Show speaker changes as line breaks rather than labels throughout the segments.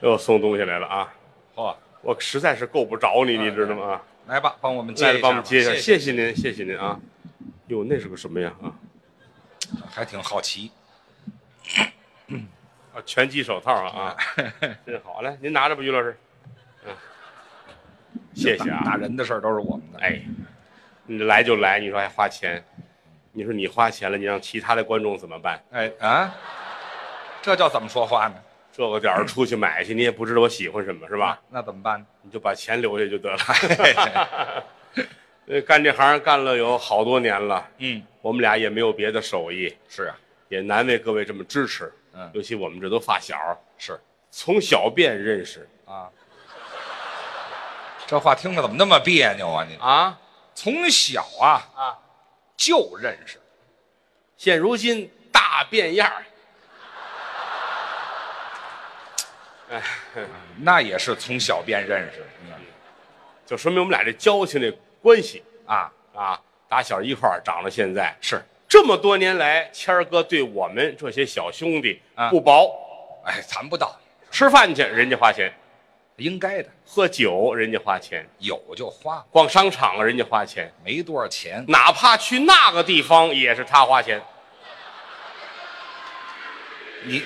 又哎送东西来了啊！
嚯，
我实在是够不着你，
嗯
你知道吗？啊
来吧，帮我们接
来，
一下吧，
帮我们接一下，
哎
谢
谢
谢您，谢谢您啊！哟，那是个什么呀？啊，
还挺好奇，
啊，拳击手套啊啊， 真好！来，您拿着吧，于老师。嗯，谢谢
打打
啊！
人的事儿都是我们的。
哎，你来就来，你说还花钱，你说你花钱了，你让其他的观众怎么办？
哎啊，这叫怎么说话呢？啊
这个点儿出去买去，你也不知道我喜欢什么，是吧？
那怎 么办？
你就把钱留下就得 了。 呃干这行干了有好多年了，
嗯，
我们俩也没有别的手艺，
是啊，
也难为各位这么支持。
嗯
尤其我们这都发小，
是
从小便认识
啊。这话听着怎么那么别扭啊？你
啊
从小啊
啊！
就认识，
现如今大变样儿
那也是从小便认识。嗯
就说明我们俩这交情这关系
啊，
啊，打小一块儿长到现在，
是，
这么多年来，谦儿哥对我们这些小兄弟
啊
不薄。
哎，谈不到，
吃饭去人家花钱，
应该的，
喝酒人家花钱，
有就花，
逛商场了人家花钱，
没多少钱。
哪怕去那个地方也是他花钱。
你，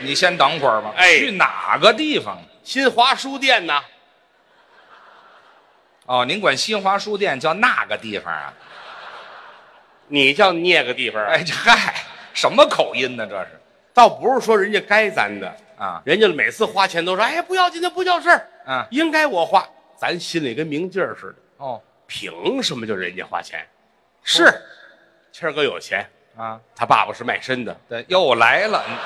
你先等会儿吧。
哎
去哪个地方？
新华书店呐，
哦，您管新华书店叫那个地方啊？
你叫那个地方，哎，
哎，这嗨，什么口音呢？这是
倒不是说人家该咱的，
啊，
人家每次花钱都说，哎呀，不要紧的，不叫事儿，
嗯
应该我花，咱心里跟明镜儿似的，
哦，
凭什么就人家花钱？是，谦儿哥有钱，
啊，
他爸爸是卖身的，
对，又来了，嗯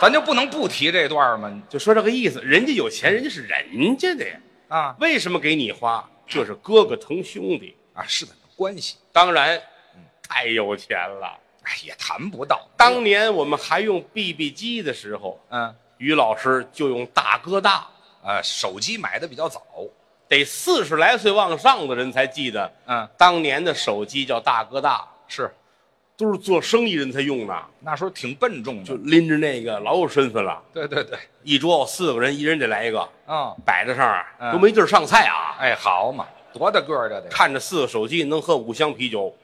咱就不能不提这段吗？
就说这个意思，人家有钱，人家是人家的呀，
啊
为什么给你花？这是哥哥疼兄弟，
啊，是的，关系，
当然，
嗯
太有钱了。
哎，也谈不到。
当年我们还用 BB 机的时候，
嗯
于老师就用大哥大，
啊，手机买的比较早，
得四十来岁往上的人才记得，
嗯，
当年的手机叫大哥大，
是
都是做生意人才用的，
那时候挺笨重的，
就拎着那个老有身份了。
对对对，
一桌有四个人，一人得来一个，
嗯，
摆在上啊
嗯
都没地儿上菜啊。
哎，好嘛，多大个儿啊这得，
看着四个手机能喝五箱啤酒，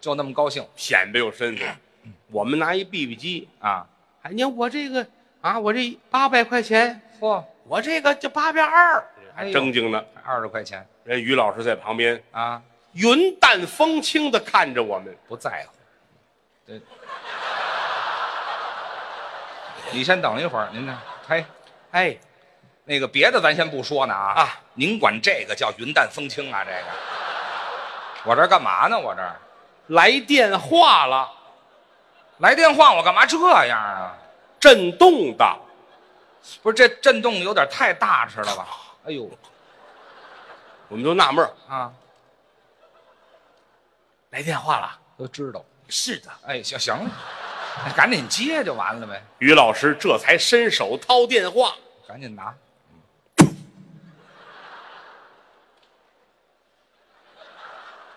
就那么高兴
显得有身份。我们拿一 BB 机，
啊？
哎，你看我这个啊，我这八百块钱，
嚯，
我这个就八百二，还正经呢。
二十块钱
人于老师在旁边
啊，
云淡风轻的看着我们，
不在乎。对，你先等一会儿，您呢？嘿，
哎，
那个别的咱先不说呢啊
啊，
您管这个叫云淡风轻啊？这个，我这儿干嘛呢？我这儿
来电话了，
来电话，我干嘛这样啊？
震动的，
不是这震动有点太大声了吧？哎呦
我们都纳闷儿
啊，
来电话了。
都知道。
是的，
哎，行行了，哎赶紧接就完了呗，
于老师这才伸手掏电话，
赶紧拿。嗯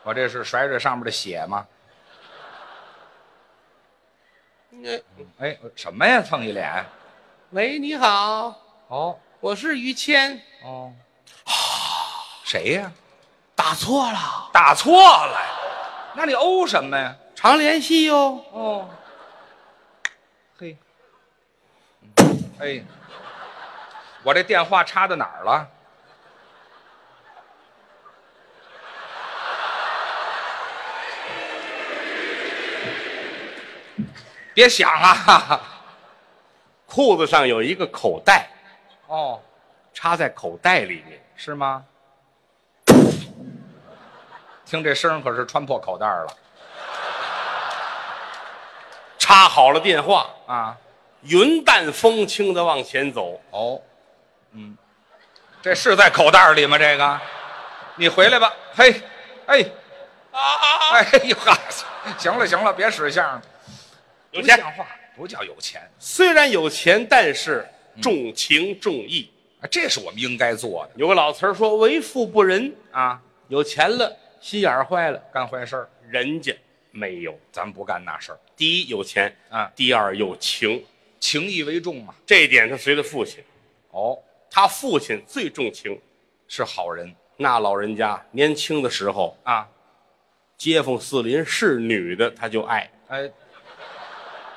我这是甩甩上面的血吗？
哎
哎，什么呀，蹭一脸？
喂，你好，
哦
我是于谦，
哦， 谁呀、
打错了，
打错了，那你欧什么呀？
常联系哟。
哦，嘿，哎，我这电话插到哪儿了？别想啊！
裤子上有一个口袋，
哦，
插在口袋里面。
是吗？听这声儿可是穿破口袋儿了
插好了电话，
啊！
云淡风轻的往前走。
哦，嗯，这是在口袋儿里吗？这个，你回来吧。嘿，哎，
啊，
哎呦哈，行了行了，别使相了，
有
不
钱。
像话，不叫有钱，
虽然有钱，但是重情重义。
啊这是我们应该做的
有个老词儿说“为富不仁
啊，”，
有钱了心眼儿坏了，
干坏事儿
人家没有。
咱不干那事儿
第一有钱，
啊，
第二有情，
情义为重嘛。
这一点他随他父亲。
哦，
他父亲最重情，
是好人
那老人家年轻的时候，
啊。
街坊四邻是女的他就爱，
哎，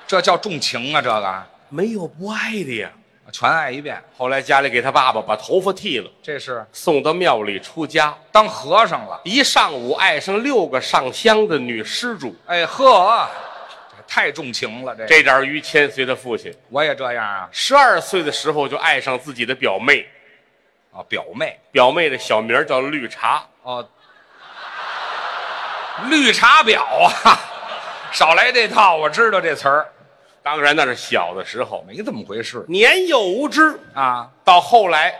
这叫重情啊，这个
没有不爱的呀。
全爱一遍。
后来家里给他爸爸把头发剃了，
这是
送到庙里出家，
当和尚了。
一上午爱上六个上香的女施主，
哎呵，这太重情了，这
这点儿于谦随他父亲，
我也这样啊。
十二岁的时候就爱上自己的表妹，
啊，表妹
表妹的小名儿叫绿茶，
哦，绿茶婊啊，少来这套，我知道这词儿，
当然那是小的时候，
没怎么回事
年幼无知。
啊
到后来，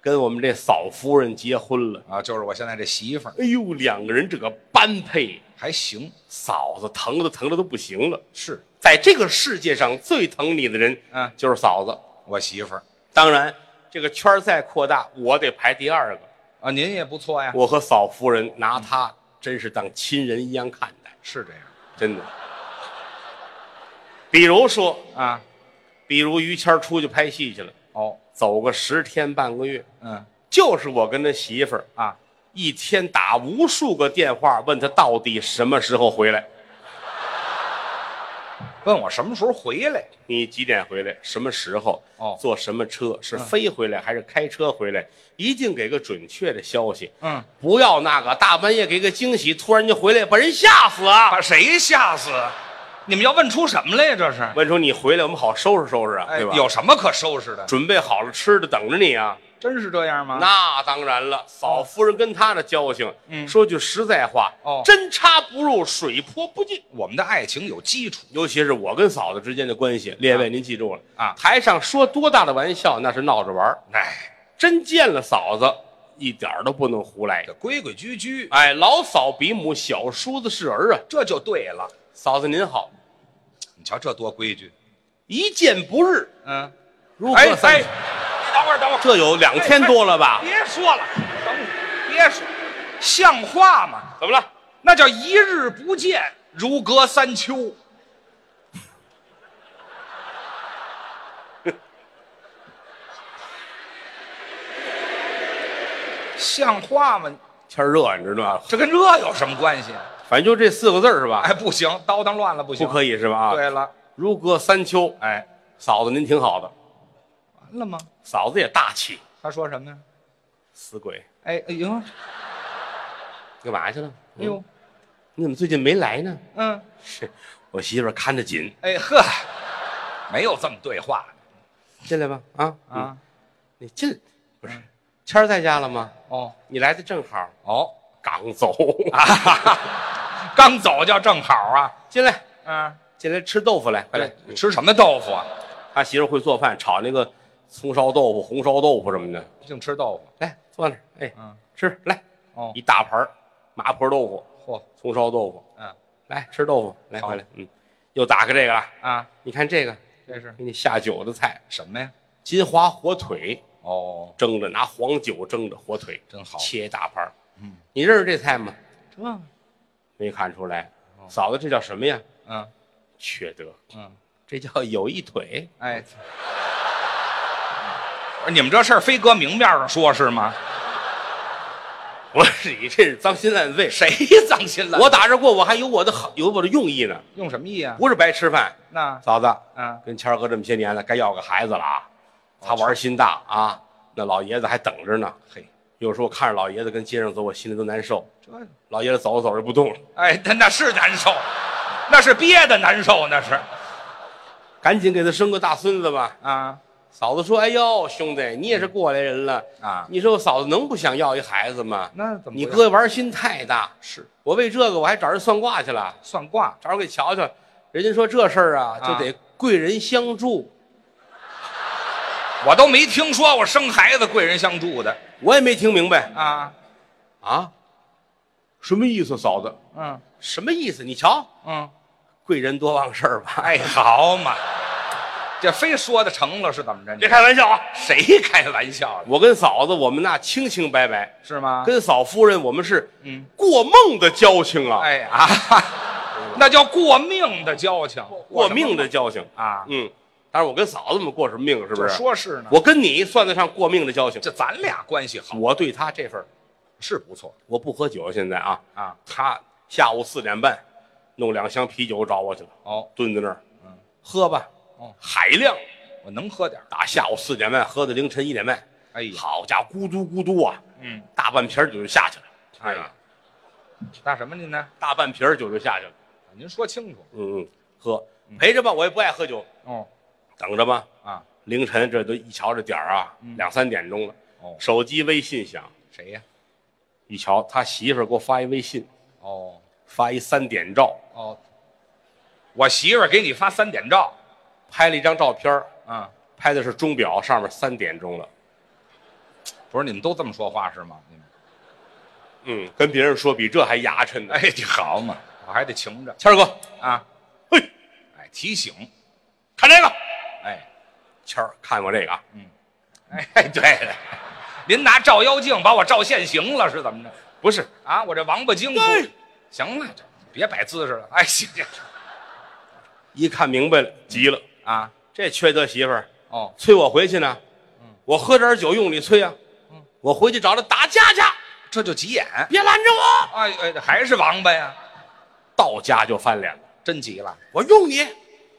跟我们这嫂夫人结婚了，
啊，就是我现在这媳妇儿
哎呦，两个人这个般配，
还行，
嫂子疼的疼的都不行了。
是
在这个世界上最疼你的人，
嗯
就是嫂子。
我媳妇儿
当然，这个圈儿再扩大，我得排第二个。
啊，您也不错呀，
我和嫂夫人拿她真是当亲人一样看待，
是这样
真的。比如说，
啊，
比如于谦儿出去拍戏去了，
哦，
走个十天半个月，
嗯
就是我跟他媳妇儿
啊，
一天打无数个电话，问他到底什么时候回来，
问我什么时候回来，
你几点回来，什么时候，
哦
坐什么车，是飞回来还是开车回来，一定给个准确的消息，
嗯，
不要那个大半夜给个惊喜，突然就回来把人吓死啊！
把谁吓死？啊你们要问出什么来呀？这是，
问说你回来，我们好收拾收拾啊，
哎，
对吧？
有什么可收拾的？
准备好了吃的等着你啊。
真是这样吗？
那当然了，嫂夫人跟他的交情，
嗯
说句实在话，
哦
针插不入，水泼不进。
我们的爱情有基础
尤其是我跟嫂子之间的关系，列位您记住了
啊
台上说多大的玩笑，那是闹着玩儿
哎，
真见了嫂子，一点儿都不能胡来
这。规规矩矩，
哎，老嫂比母，小叔子是儿啊。
这就对了。
嫂子您好，
你瞧这多规矩，
一见不日，
嗯，
如
哎
隔三
哎，
秋。
你等会儿，等会儿，
这有两天多了吧？
别说了，等会儿，别说，像话吗？
怎么了？
那叫一日不见，如隔三秋。像话吗？
天儿热，你知道吗？
这跟这有什么关系？
反正就这四个字儿是吧？
哎，不行，叨叨乱了不行。
不可以是吧？啊，
对了，
如隔三秋，
哎，
嫂子您挺好的，
完了吗？
嫂子也大气，
他说什么呀？
死鬼，
哎，哎呦，
干嘛去了？嗯
哎呦，
你怎么最近没来呢？
嗯，
是我媳妇儿看着紧，
哎呵，没有这么对话
进来吧。啊
的，啊。
你进，不是，谦儿在家了吗？
哦
你来的正好，
哦，
刚走啊，
啊，刚走就正好啊。
进来，
嗯，
进来吃豆腐来，快来。嗯
吃什么豆腐啊？
他媳妇儿会做饭，炒那个葱烧豆腐、红烧豆腐什么的。
净吃豆腐。
来，坐那儿，哎，
嗯，
吃来
哦
一，大盘儿麻婆豆腐、
嚯，
葱烧豆腐，
嗯
来吃豆腐，来
好
快来，嗯，又打开这个了。
啊，
你看这个，
这是
给你下酒的菜，
什么呀？
金华火腿
哦，
蒸的，拿黄酒蒸的火腿，
真好
切一大盘儿
嗯，
你认识这菜吗？
这，嗯
没看出来，嫂子，这叫什么呀？缺德，
嗯，
这叫有一腿。
哎，不是你们这事儿非搁明面上说是吗？
我说你这是脏心烂肺，谁？
脏心
我
我
打这过，我还有我的好，有我的用意呢，
用什么意啊？
不是白吃饭。
那
嫂子，
嗯，
跟谦儿哥这么些年了，该要个孩子了啊。他玩心大啊，那老爷子还等着呢。
嘿，
有时候看着老爷子跟街上走，我心里都难受。
这，
老爷子走着走着不动了，
哎，那那是难受，那是憋的难受，那是
赶紧给他生个大孙子吧。
啊
嫂子说：“哎呦，兄弟，你也是过来人了，
啊，
你说我嫂子能不想要一孩子吗？
那怎么
你
不
哥玩心太大，
是
我为这个我还找人算卦去了，
算卦？
找人给瞧瞧。人家说这事儿啊，
啊
就得贵人相助，
我都没听说我生孩子贵人相助的
我也没听明白
啊。
啊，什么意思？嫂子，
嗯
什么意思？你瞧，
嗯，
贵人多忘事儿吧？
哎，好嘛，这非说的成了是怎么着？
别开玩笑啊！
谁开玩笑了？
我跟嫂子，我们那清清白白，
是吗？
跟嫂夫人我们是
嗯，
过梦的交情啊，
哎啊，那叫过命的交情，
过命的交情。
啊。
嗯，但是我跟嫂子们过什么命是不？
就是说是呢，
我跟你算得上过命的交情，
这咱俩关系好
我对她这份儿
是不错
我不喝酒现在啊，
啊。
她下午四点半弄两箱啤酒找我去了，
哦，
蹲在那儿，喝吧，
哦
海量，
我能喝点儿。
打下午四点半喝到凌晨一点半，
哎呀，
好家伙，咕嘟咕嘟啊，
嗯，
大半瓶儿酒就下去了，
哎呀，那什么您呢？
大半瓶儿酒就下去了，
您说清楚。
嗯嗯，喝陪着吧，我也不爱喝酒，
哦
等着吧，
啊，
凌晨这都一瞧这点儿啊，
嗯
两三点钟了，
哦，
手机微信响，
谁呀？
一瞧他媳妇儿给我发一微信，
哦
发一三点照，
哦，我媳妇儿给你发三点照。
拍了一张照片儿
啊，
拍的是钟表，上面三点钟了。
不是你们都这么说话是吗？你们
嗯，跟别人说比这还牙碜呢。
哎，你好嘛，我还得情着
谦儿哥，
啊。
嘿，
哎，提醒。
看这个。
哎
谦儿看过这个啊，
哎，对了，您拿照妖镜把我照现形了是怎么着？
不是
啊，我这王八精不
哎
行了，这别摆姿势了。哎，行行
一看明白了，急了，
啊，
这缺德媳妇儿
哦，
催我回去呢。
嗯
我喝点酒用你催啊。我回去找他打架去，
这就急眼。
别拦着我。
哎哎，还是王八呀，
到家就翻脸了，
真急了。
我用你，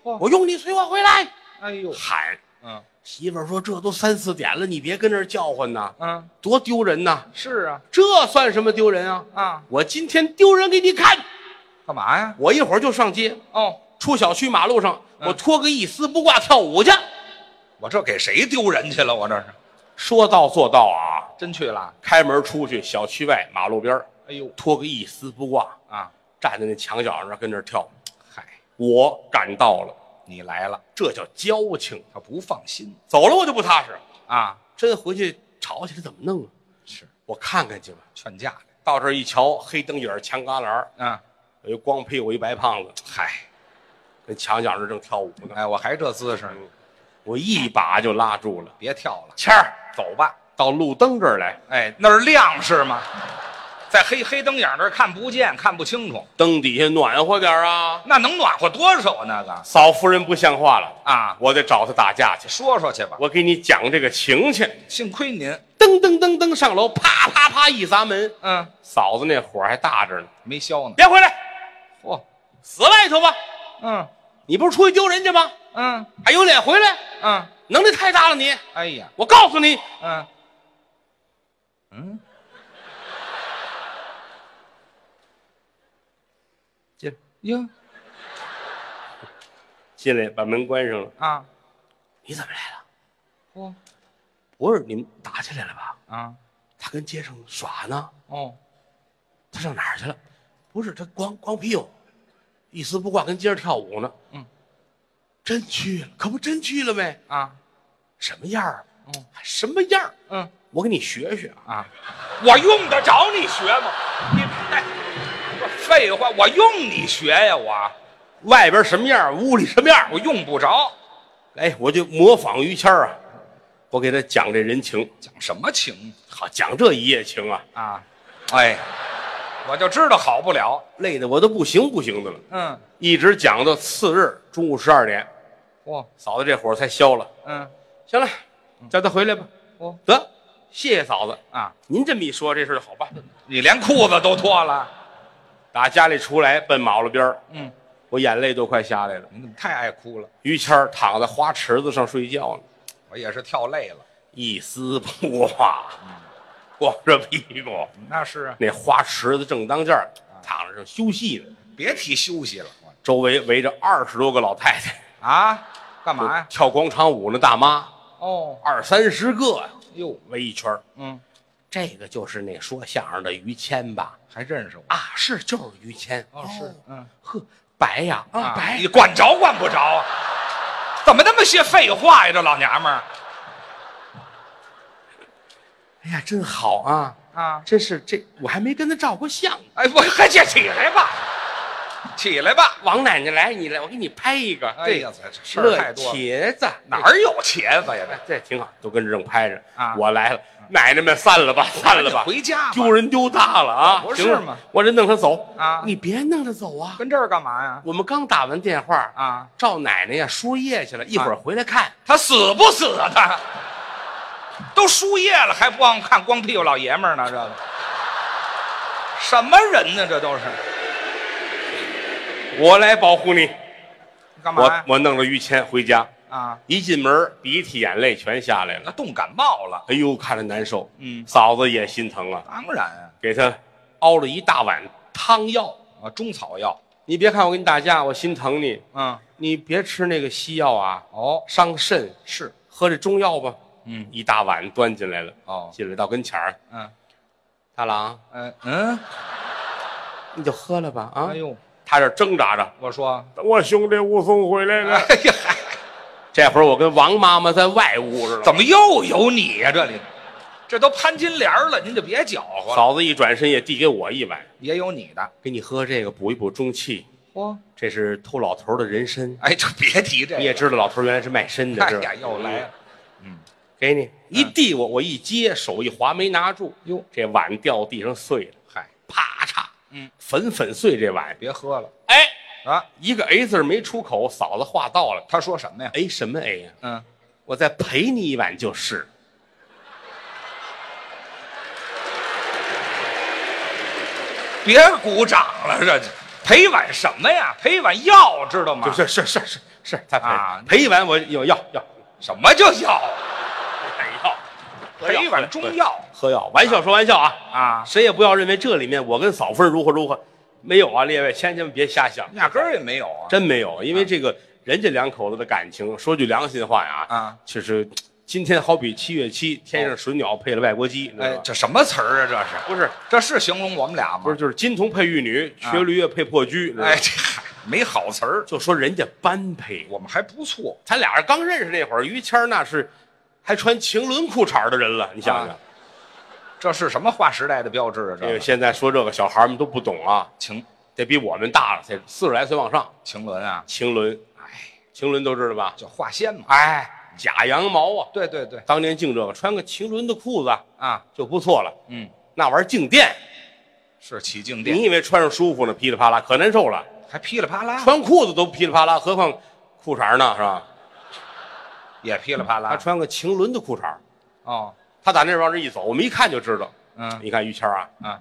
哇
我用你催我回来，
哎呦，
喊。
嗯
媳妇儿说：“这都三四点了，你别跟这儿叫唤呐，
嗯，
多丢人呐！
是啊
这算什么丢人啊？
啊，
我今天丢人给你看，
干嘛呀？
我一会儿就上街，
哦，
出小区马路上，
嗯
我脱个一丝不挂跳舞去。
我这给谁丢人去了？我这是
说到做到啊！
真去了。
开门出去，小区外马路边儿
哎呦
脱个一丝不挂，
啊，
站在那墙角上跟那儿跳。
嗨，
我赶到了，
你来了，
这叫交情。
他不放心
走了我就不踏实，
啊，
真回去吵起来怎么弄啊？
是
我看看去吧。
劝架来。
到这儿一瞧，黑灯影儿墙旮旯儿
嗯，
有一光屁股一白胖子，
嗨，
跟墙角上正跳舞呢。
哎，我还这姿势呢，
我一把就拉住了
别跳了，
谦儿，
走吧。
到路灯这儿来，
哎，那儿亮是吗？在黑黑灯影这儿看不见，看不清楚，
灯底下暖和点儿啊。
那能暖和多少啊？那个
嫂夫人不像话了，
啊，
我得找他打架去。
说说去吧。
我给你讲这个情去。
幸亏您，
噔噔噔噔上楼，啪啪啪一砸门，
嗯，
嫂子那火还大着呢。
没消呢。
别回来，
嚯、
死外头吧！
嗯
你不是出去丢人去吗？
嗯
还有脸回来？
嗯，
能力太大了你！
哎呀，
我告诉你，
嗯嗯，
进
哟
进来把门关上了。
啊，
你怎么来了？
嚯
不是你们打起来了吧？
啊
他跟街上耍呢，
哦，
他上哪儿去了？不是他光光屁股，一丝不挂跟街上跳舞呢。
嗯，
真去了，可不真去了呗？
啊
什么样儿？啊
嗯，
什么样儿？
嗯
我给你学学啊。
啊，我用得着你学吗？你哎，我废话，我用你学呀，我
外边什么样儿，屋里什么样儿。
我用不着。
哎，我就模仿于谦儿啊，我给他讲这人情，
讲什么情
好讲这一夜情啊，
啊？哎，我就知道好不了。
累得我都不行不行的了，
嗯，
一直讲到次日中午十二点，
嚯，
嫂子这火才消了。
嗯，
行了，叫他回来吧。
嚯
得，谢谢嫂子，
啊，
您这么一说，这事儿就好办。
你连裤子都脱了。
打家里出来，奔马路边儿，
嗯，
我眼泪都快下来了。
你怎么太爱哭了？
于谦儿躺在花池子上睡觉呢，
我也是跳累了。
一丝不挂，光着屁股。
那是啊，
那花池子正当间儿躺着正休息呢，
别提休息了。我
周围围着二十多个老太太，
啊，干嘛呀？
跳广场舞那大妈
哦，
二三十个呀，
哟，
围一圈儿
嗯，
这个就是那说相声的于谦吧？
还认识我？
啊，是就是于谦。哦
嗯，
呵，白呀啊白
你，管着管不着啊？怎么那么些废话呀？这老娘们儿
哎呀，真好啊！
啊！
真是这，我还没跟他照过相呢。
哎，我还这起来吧。起来吧。
王奶奶来，你来，我给你拍一个。
哎
这
呀，这事儿
乐
太多了，哎
茄子
哪儿有茄子呀？
哎这挺好，都跟着正拍着
啊
我来了，奶奶们散了吧，散了吧，
回家吧
丢人丢大了啊！
可不是
行了
嘛，
我得弄他走
啊
你别弄他走啊！
跟这儿干嘛呀？
我们刚打完电话，
啊，
赵奶奶呀输液去了，一会儿回来看。
他死不死啊？他都输液了，还不忘看光屁股老爷们儿呢？这个什么人呢？这都是
我来保护你，
干嘛
我
呀？
我弄了于谦回家，
啊，
一进门鼻涕眼泪全下来
那
了，
冻感冒了，
哎呦，看着难受。
啊嗯
嫂子也心疼啊，
当然啊
给他熬了一大碗汤药。
啊，中草药，
你别看我跟你打架，我心疼你，
嗯，
你别吃那个西药啊，
哦，
伤肾。
是，
喝这中药吧。
嗯，
一大碗端进来了，
哦，
进来到跟前儿，
嗯，
大郎
呃，嗯，
你就喝了吧啊
哎！呦，
他这挣扎着，
我 说，
我兄弟武松回来
哎
了。
呀，
这会儿我跟王妈妈在外屋似的，
怎么又有你呀、这里，这都潘金莲了，您就别搅和了，
嫂子一转身也递给我一碗，
也有你的。
给你喝这个补一补中气。
嚯、
这是偷老头的人参，
哎，就别提这个。
你也知道老头原来是卖参的，
哎
是吧
呀，又来了，
给你一递我，我一接，手一滑没拿住，
嗯哟，
这碗掉地上碎了，
嗨，
啪嚓，
嗯，
粉粉碎这碗。
别喝了
哎，
啊！
一个 A 字没出口，嫂子话到了，
他说什么呀？
哎，什么 A 呀、
嗯，
我再陪你一晚就是。
别鼓掌了，这陪碗什么呀？陪碗药，知道吗？
是是是是，他陪、
啊
陪一晚我有药药
什么叫药？哎
买药，喝药
陪碗中药
喝药。玩笑说玩笑啊，
啊，
谁也不要认为这里面我跟嫂夫人如何如何，没有啊，列位千万别瞎想，
压根儿也没有啊。
真没有，因为这个人家两口子的感情，说句良心话呀，
啊，
确实，今天好比七月七，天上水鸟配了外国鸡，你知道
哦哎
吗，
这啊什么词儿啊？这是
不是
这是形容我们俩吗？
不是，就是金童配玉女，
啊
瘸驴也配破驹，你知道吗
哎，这嗨没好词儿，
就说人家般配。
我们还不错。
咱俩人刚认识那会儿，于谦儿那是还穿晴纶裤衩儿的人了，你想想，
啊这是什么划时代的标志啊？
因为
这
现在说这个小孩儿们都不懂啊，
晴
得比我们大了，才四十来岁往上。
晴纶啊，
晴纶，哎，晴纶都知道吧？
叫化纤嘛。
哎，假羊毛啊，
对对对
当年净这个，穿个晴纶的裤子
啊，
就不错了。
嗯，
那玩意儿静电，
是起静
你
电，
以为穿上舒服呢，噼里啪啦可难受了，
还噼里啪啦，
穿裤子都噼里啪啦，何况裤衩儿呢，是吧？
也噼里啪
他
啦。
穿个晴纶的裤衩儿，
哦，
他打那边往这一走，我们一看就知道。
嗯
你看于谦儿啊，
啊，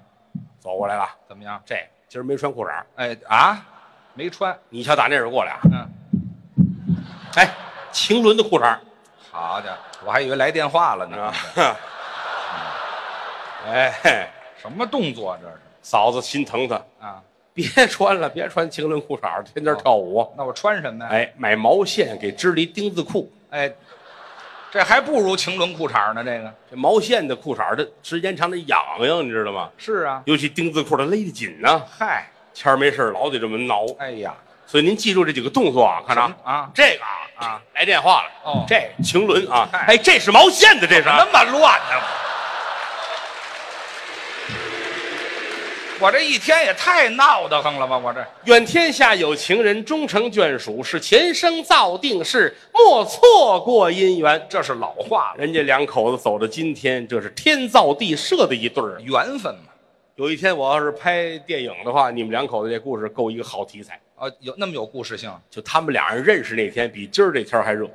走过来了。
怎么样？
这今儿没穿裤衩儿，
哎啊，没穿。
你瞧打那边过来啊，
嗯，
哎，晴纶的裤衩儿
好家伙，我还以为来电话了呢。
啊，哎，嘿
什么动作这是？
嫂子心疼他，
啊，
别穿了，别穿晴纶裤衩儿，天天跳舞。
那我穿什么呀？
哎，买毛线给织了一丁字裤，
哎，这还不如晴纶裤衩呢。这个
这毛线的裤衩儿的时间长得痒痒，你知道吗？
是啊。
尤其丁字裤它勒得紧呢、
嗨，
谦儿没事儿老得这么挠，
哎呀，
所以您记住这几个动作啊，看着
什
啊
么，啊，
这个啊
啊，
来电话了，
哦
这晴纶啊，
嗨
哎，这是毛线的，这是啊
那么乱呢、我这一天也太闹得慌了吧！我这
愿天下有情人终成眷属，是前生造定事，莫错过姻缘。
这是老话了，
人家两口子走到今天，这是天造地设的一对儿。
缘分嘛。
有一天我要是拍电影的话，你们两口子这故事够一个好题材。
啊，有那么有故事性？
就他们俩人认识那天，比今儿这天还热。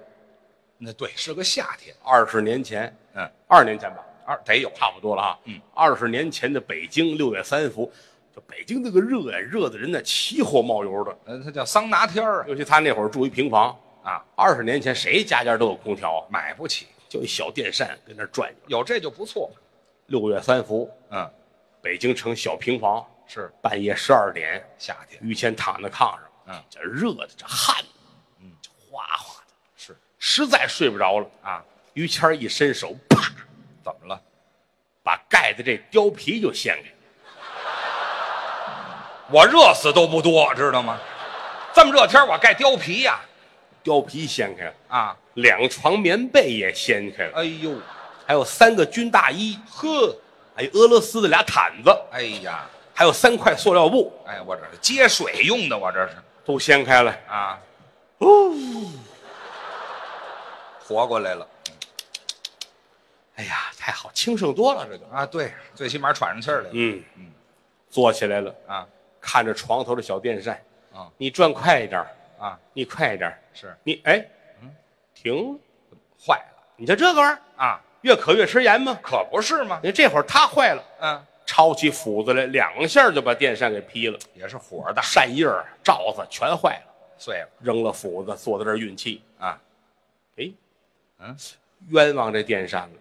那对，是个夏天。
二十年前，
嗯，
二十年前吧，
二得有
差不多了哈。
嗯，
二十年前的北京六月三伏，这北京那个热呀，热的人那起火冒油的。
呃，它叫桑拿天儿
尤其他那会儿住一平房，
啊，
二十年前谁家家都有空调啊？
买不起，
就一小电扇跟那儿转悠。
有这就不错。
六月三伏，
嗯，
北京城小平房，
是
半夜十二点，
夏天，
于谦躺在炕上，
嗯，
这热的这汗，嗯，这哗哗的，
是
实在睡不着了。
啊，
于谦儿一伸手，啪，
怎么了？
把盖子这貂皮就掀开，
我热死都不多，知道吗？这么热天儿我盖貂皮呀、
貂皮掀开了，
啊！
两床棉被也掀开了，
哎呦，
还有三个军大衣，
呵，
还有俄罗斯的俩毯子，
哎呀，
还有三块塑料布，
哎，我这是接水用的，我这是
都掀开了，
啊，哦，活过来了
哎呀，太好，清盛多了，这就，
啊！对，最起码喘上气儿来了
嗯坐起来了，
啊
看着床头的小电扇，
啊
你转快一点儿，
啊！
你快一点儿，
是
你哎，停了，
坏了
你瞧这个玩意儿，
啊，
越渴越吃盐嘛，
可不是吗？
你这会儿它坏了，
嗯、
抄起斧子来，两下就把电扇给劈了，
也是火大
扇叶儿、罩子全坏了，
碎了
扔了斧子，坐在这儿运气，
啊！
哎，
嗯，
冤枉这电扇了，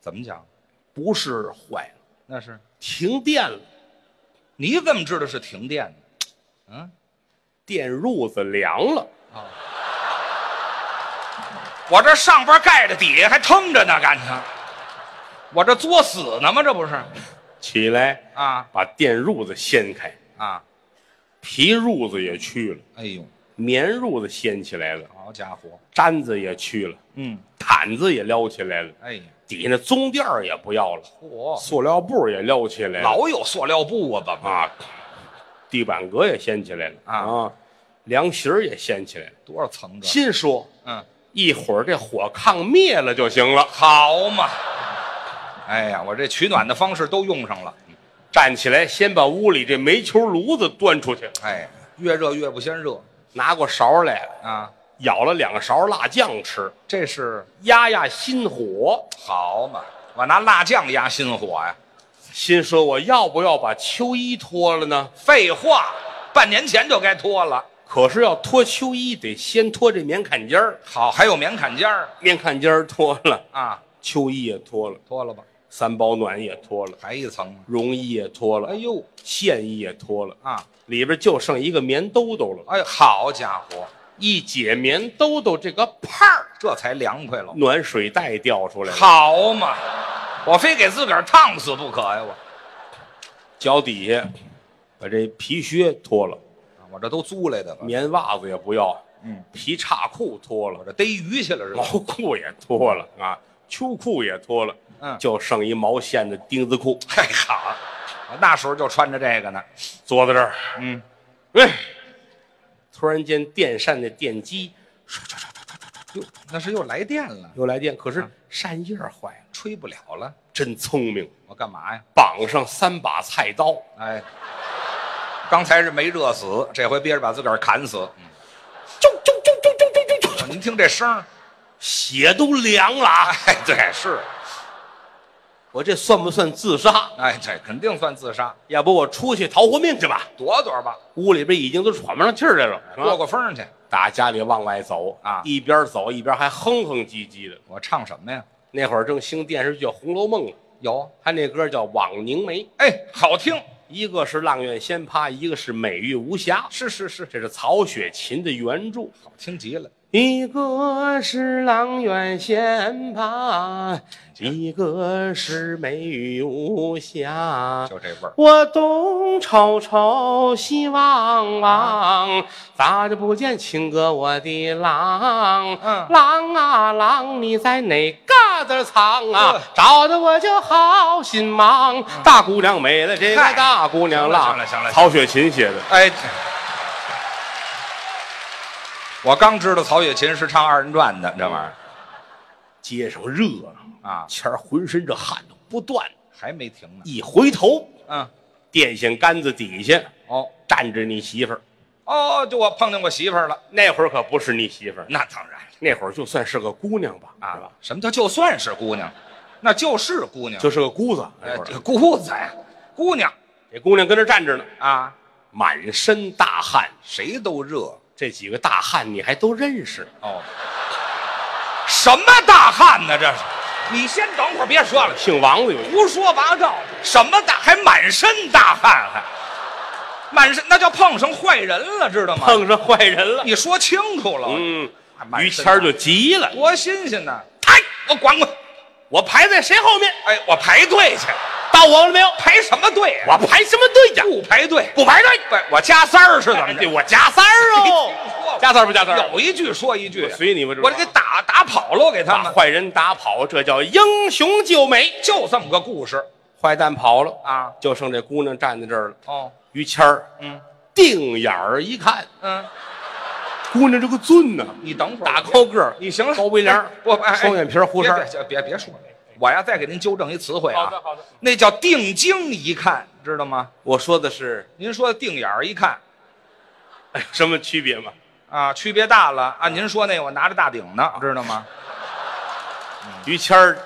怎么讲？
不是坏了，
那是
停电了，
你怎么知道是停电呢？嗯，
电褥子凉了，
啊我这上边盖着，底下还腾着呢，感情我这作死呢吗？这不是
起来
啊
把电褥子掀开，
啊！
皮褥子也去了，
哎呦，
棉褥子掀起来了，
好家伙，
毡子也去了，
嗯，
毯子也撩起来了，
哎呀，
底下那棕垫儿也不要了，
嚯，
塑料布也撩起来了，
老有塑料布啊，怎么
啊，地板革也掀起来了
啊
凉席儿也掀起来了。
多少层这？
心说
嗯，
一会儿这火炕灭了就行了，
好嘛！哎呀，我这取暖的方式都用上了。
站起来先把屋里这煤球炉子端出去，
哎，越热越不先热
拿过勺来
啊！
舀了两勺辣酱吃，
这是
压压心火。
好嘛？我拿辣酱压心火呀、
心说我要不要把秋衣脱了呢？
废话，半年前就该脱了。
可是要脱秋衣得先脱这棉坎肩儿，
好，还有棉坎肩儿
棉坎肩儿脱了，
啊，
秋衣也脱了，
脱了吧，
三保暖也脱了，
还一层。
绒衣也脱了
哎，呦
线衣也脱了，
啊，
里边就剩一个棉兜兜了。
哎，好家伙，
一解棉兜兜这个泡儿，
这才凉快了。
暖水袋掉出来了，
好嘛，我非给自个儿烫死不可呀！我
脚底下把这皮靴脱了，
啊我这都租来的了，
棉袜子也不要，
嗯，
皮叉裤脱
我
了，
这逮鱼去了是
毛
吧？
裤也脱了啊，秋裤也脱了，
嗯
就剩一毛线的钉子裤，
太好，我那时候就穿着这个呢。
坐在这儿，
嗯，
哎，突然间电扇的电机
那是又来电了，
又来电，可是扇叶儿坏了，
吹不了了，
真聪明，
我干嘛呀？
绑上三把菜刀。
哎，刚才是没热死，这回憋着把自个儿砍死。
啾啾啾啾啾啾啾啾，
啊您听这声儿，
血都凉了啊！
哎，对，是，
我这算不算自杀？
哎，对，肯定算自杀，
要不我出去逃活命去吧？
躲躲吧，
屋里边已经都喘不上气儿来了，
过
啊
过风去。
打家里往外走
啊
一边走一边还哼哼唧唧的。
我唱什么呀？
那会儿正兴电视剧《红楼梦》呢，
有，
他那歌叫《枉凝眉》，
哎，好听，
一个是阆苑仙葩，一个是美玉无瑕，
是是是，
这是曹雪芹的原著。
好听极了。
一个是阆苑仙葩，一个是美玉无瑕。
就这味儿。
我东瞅瞅，西望望，咋就不见情哥我的郎？
嗯
郎啊郎，你在哪嘎达藏啊
呵？
找的我就好心忙。大姑娘美了，这个
嗯嗨
大姑娘浪。
行了行了行了
曹雪芹写的，
哎，我刚知道曹雪芹是唱二人转的，这玩意
街上热
儿啊，
前儿浑身这汗都不断。
还没停呢。
一回头，
嗯，
电线杆子底下
哦
站着你媳妇儿。
哦，就我碰见我媳妇儿了。
那会儿可不是你媳妇儿，
那当然了
那会儿就算是个姑娘吧，是吧
啊，什么叫就算是姑娘，那就是姑娘，
就是个姑子。那
哎
会儿
这姑子呀，姑娘
这姑娘跟这站着呢，
啊，
满身大汗。
谁都热
这几个大汉你还都认识？
哦。什么大汉呢？这是，你先等会儿，别说了，
姓王的有 一
胡说八道，什么大还满身大汗，还满身那叫碰上坏人了，知道吗？
碰上坏人了。
你说清楚了，
嗯，
哎满
于
身
谦儿就急了，
多新鲜呢！哎，我滚滚，
我排在谁后面？
哎，我排队去，
到我了没有？
排什么队啊？
我排什么队呀？
不排队，
不排队，
不，我加三儿是怎么
哎
着？
我加三儿
没听
哦
说过，
加三儿不加三儿？
有一句说一句，
我随你吧这
我这给打打跑了，我给他
把
们
坏人打跑，这叫英雄救美。
就这么个故事。
坏蛋跑了，
啊，
就剩这姑娘站在这儿了。
哦，
于谦儿
嗯
定眼儿一看，
嗯，
姑娘这个俊呐，
你等会儿，
大高个儿，
你行了，
高鼻梁儿
哎我哎
双眼皮儿胡
别
衫儿
别别别说了，我呀再给您纠正一词汇啊，
好的好的
那叫定睛一看，知道吗？
我说的是
您说的定眼儿一看
哎什么区别吗？
啊，区别大了啊。您说那我拿着大顶呢，知道 吗？
于谦儿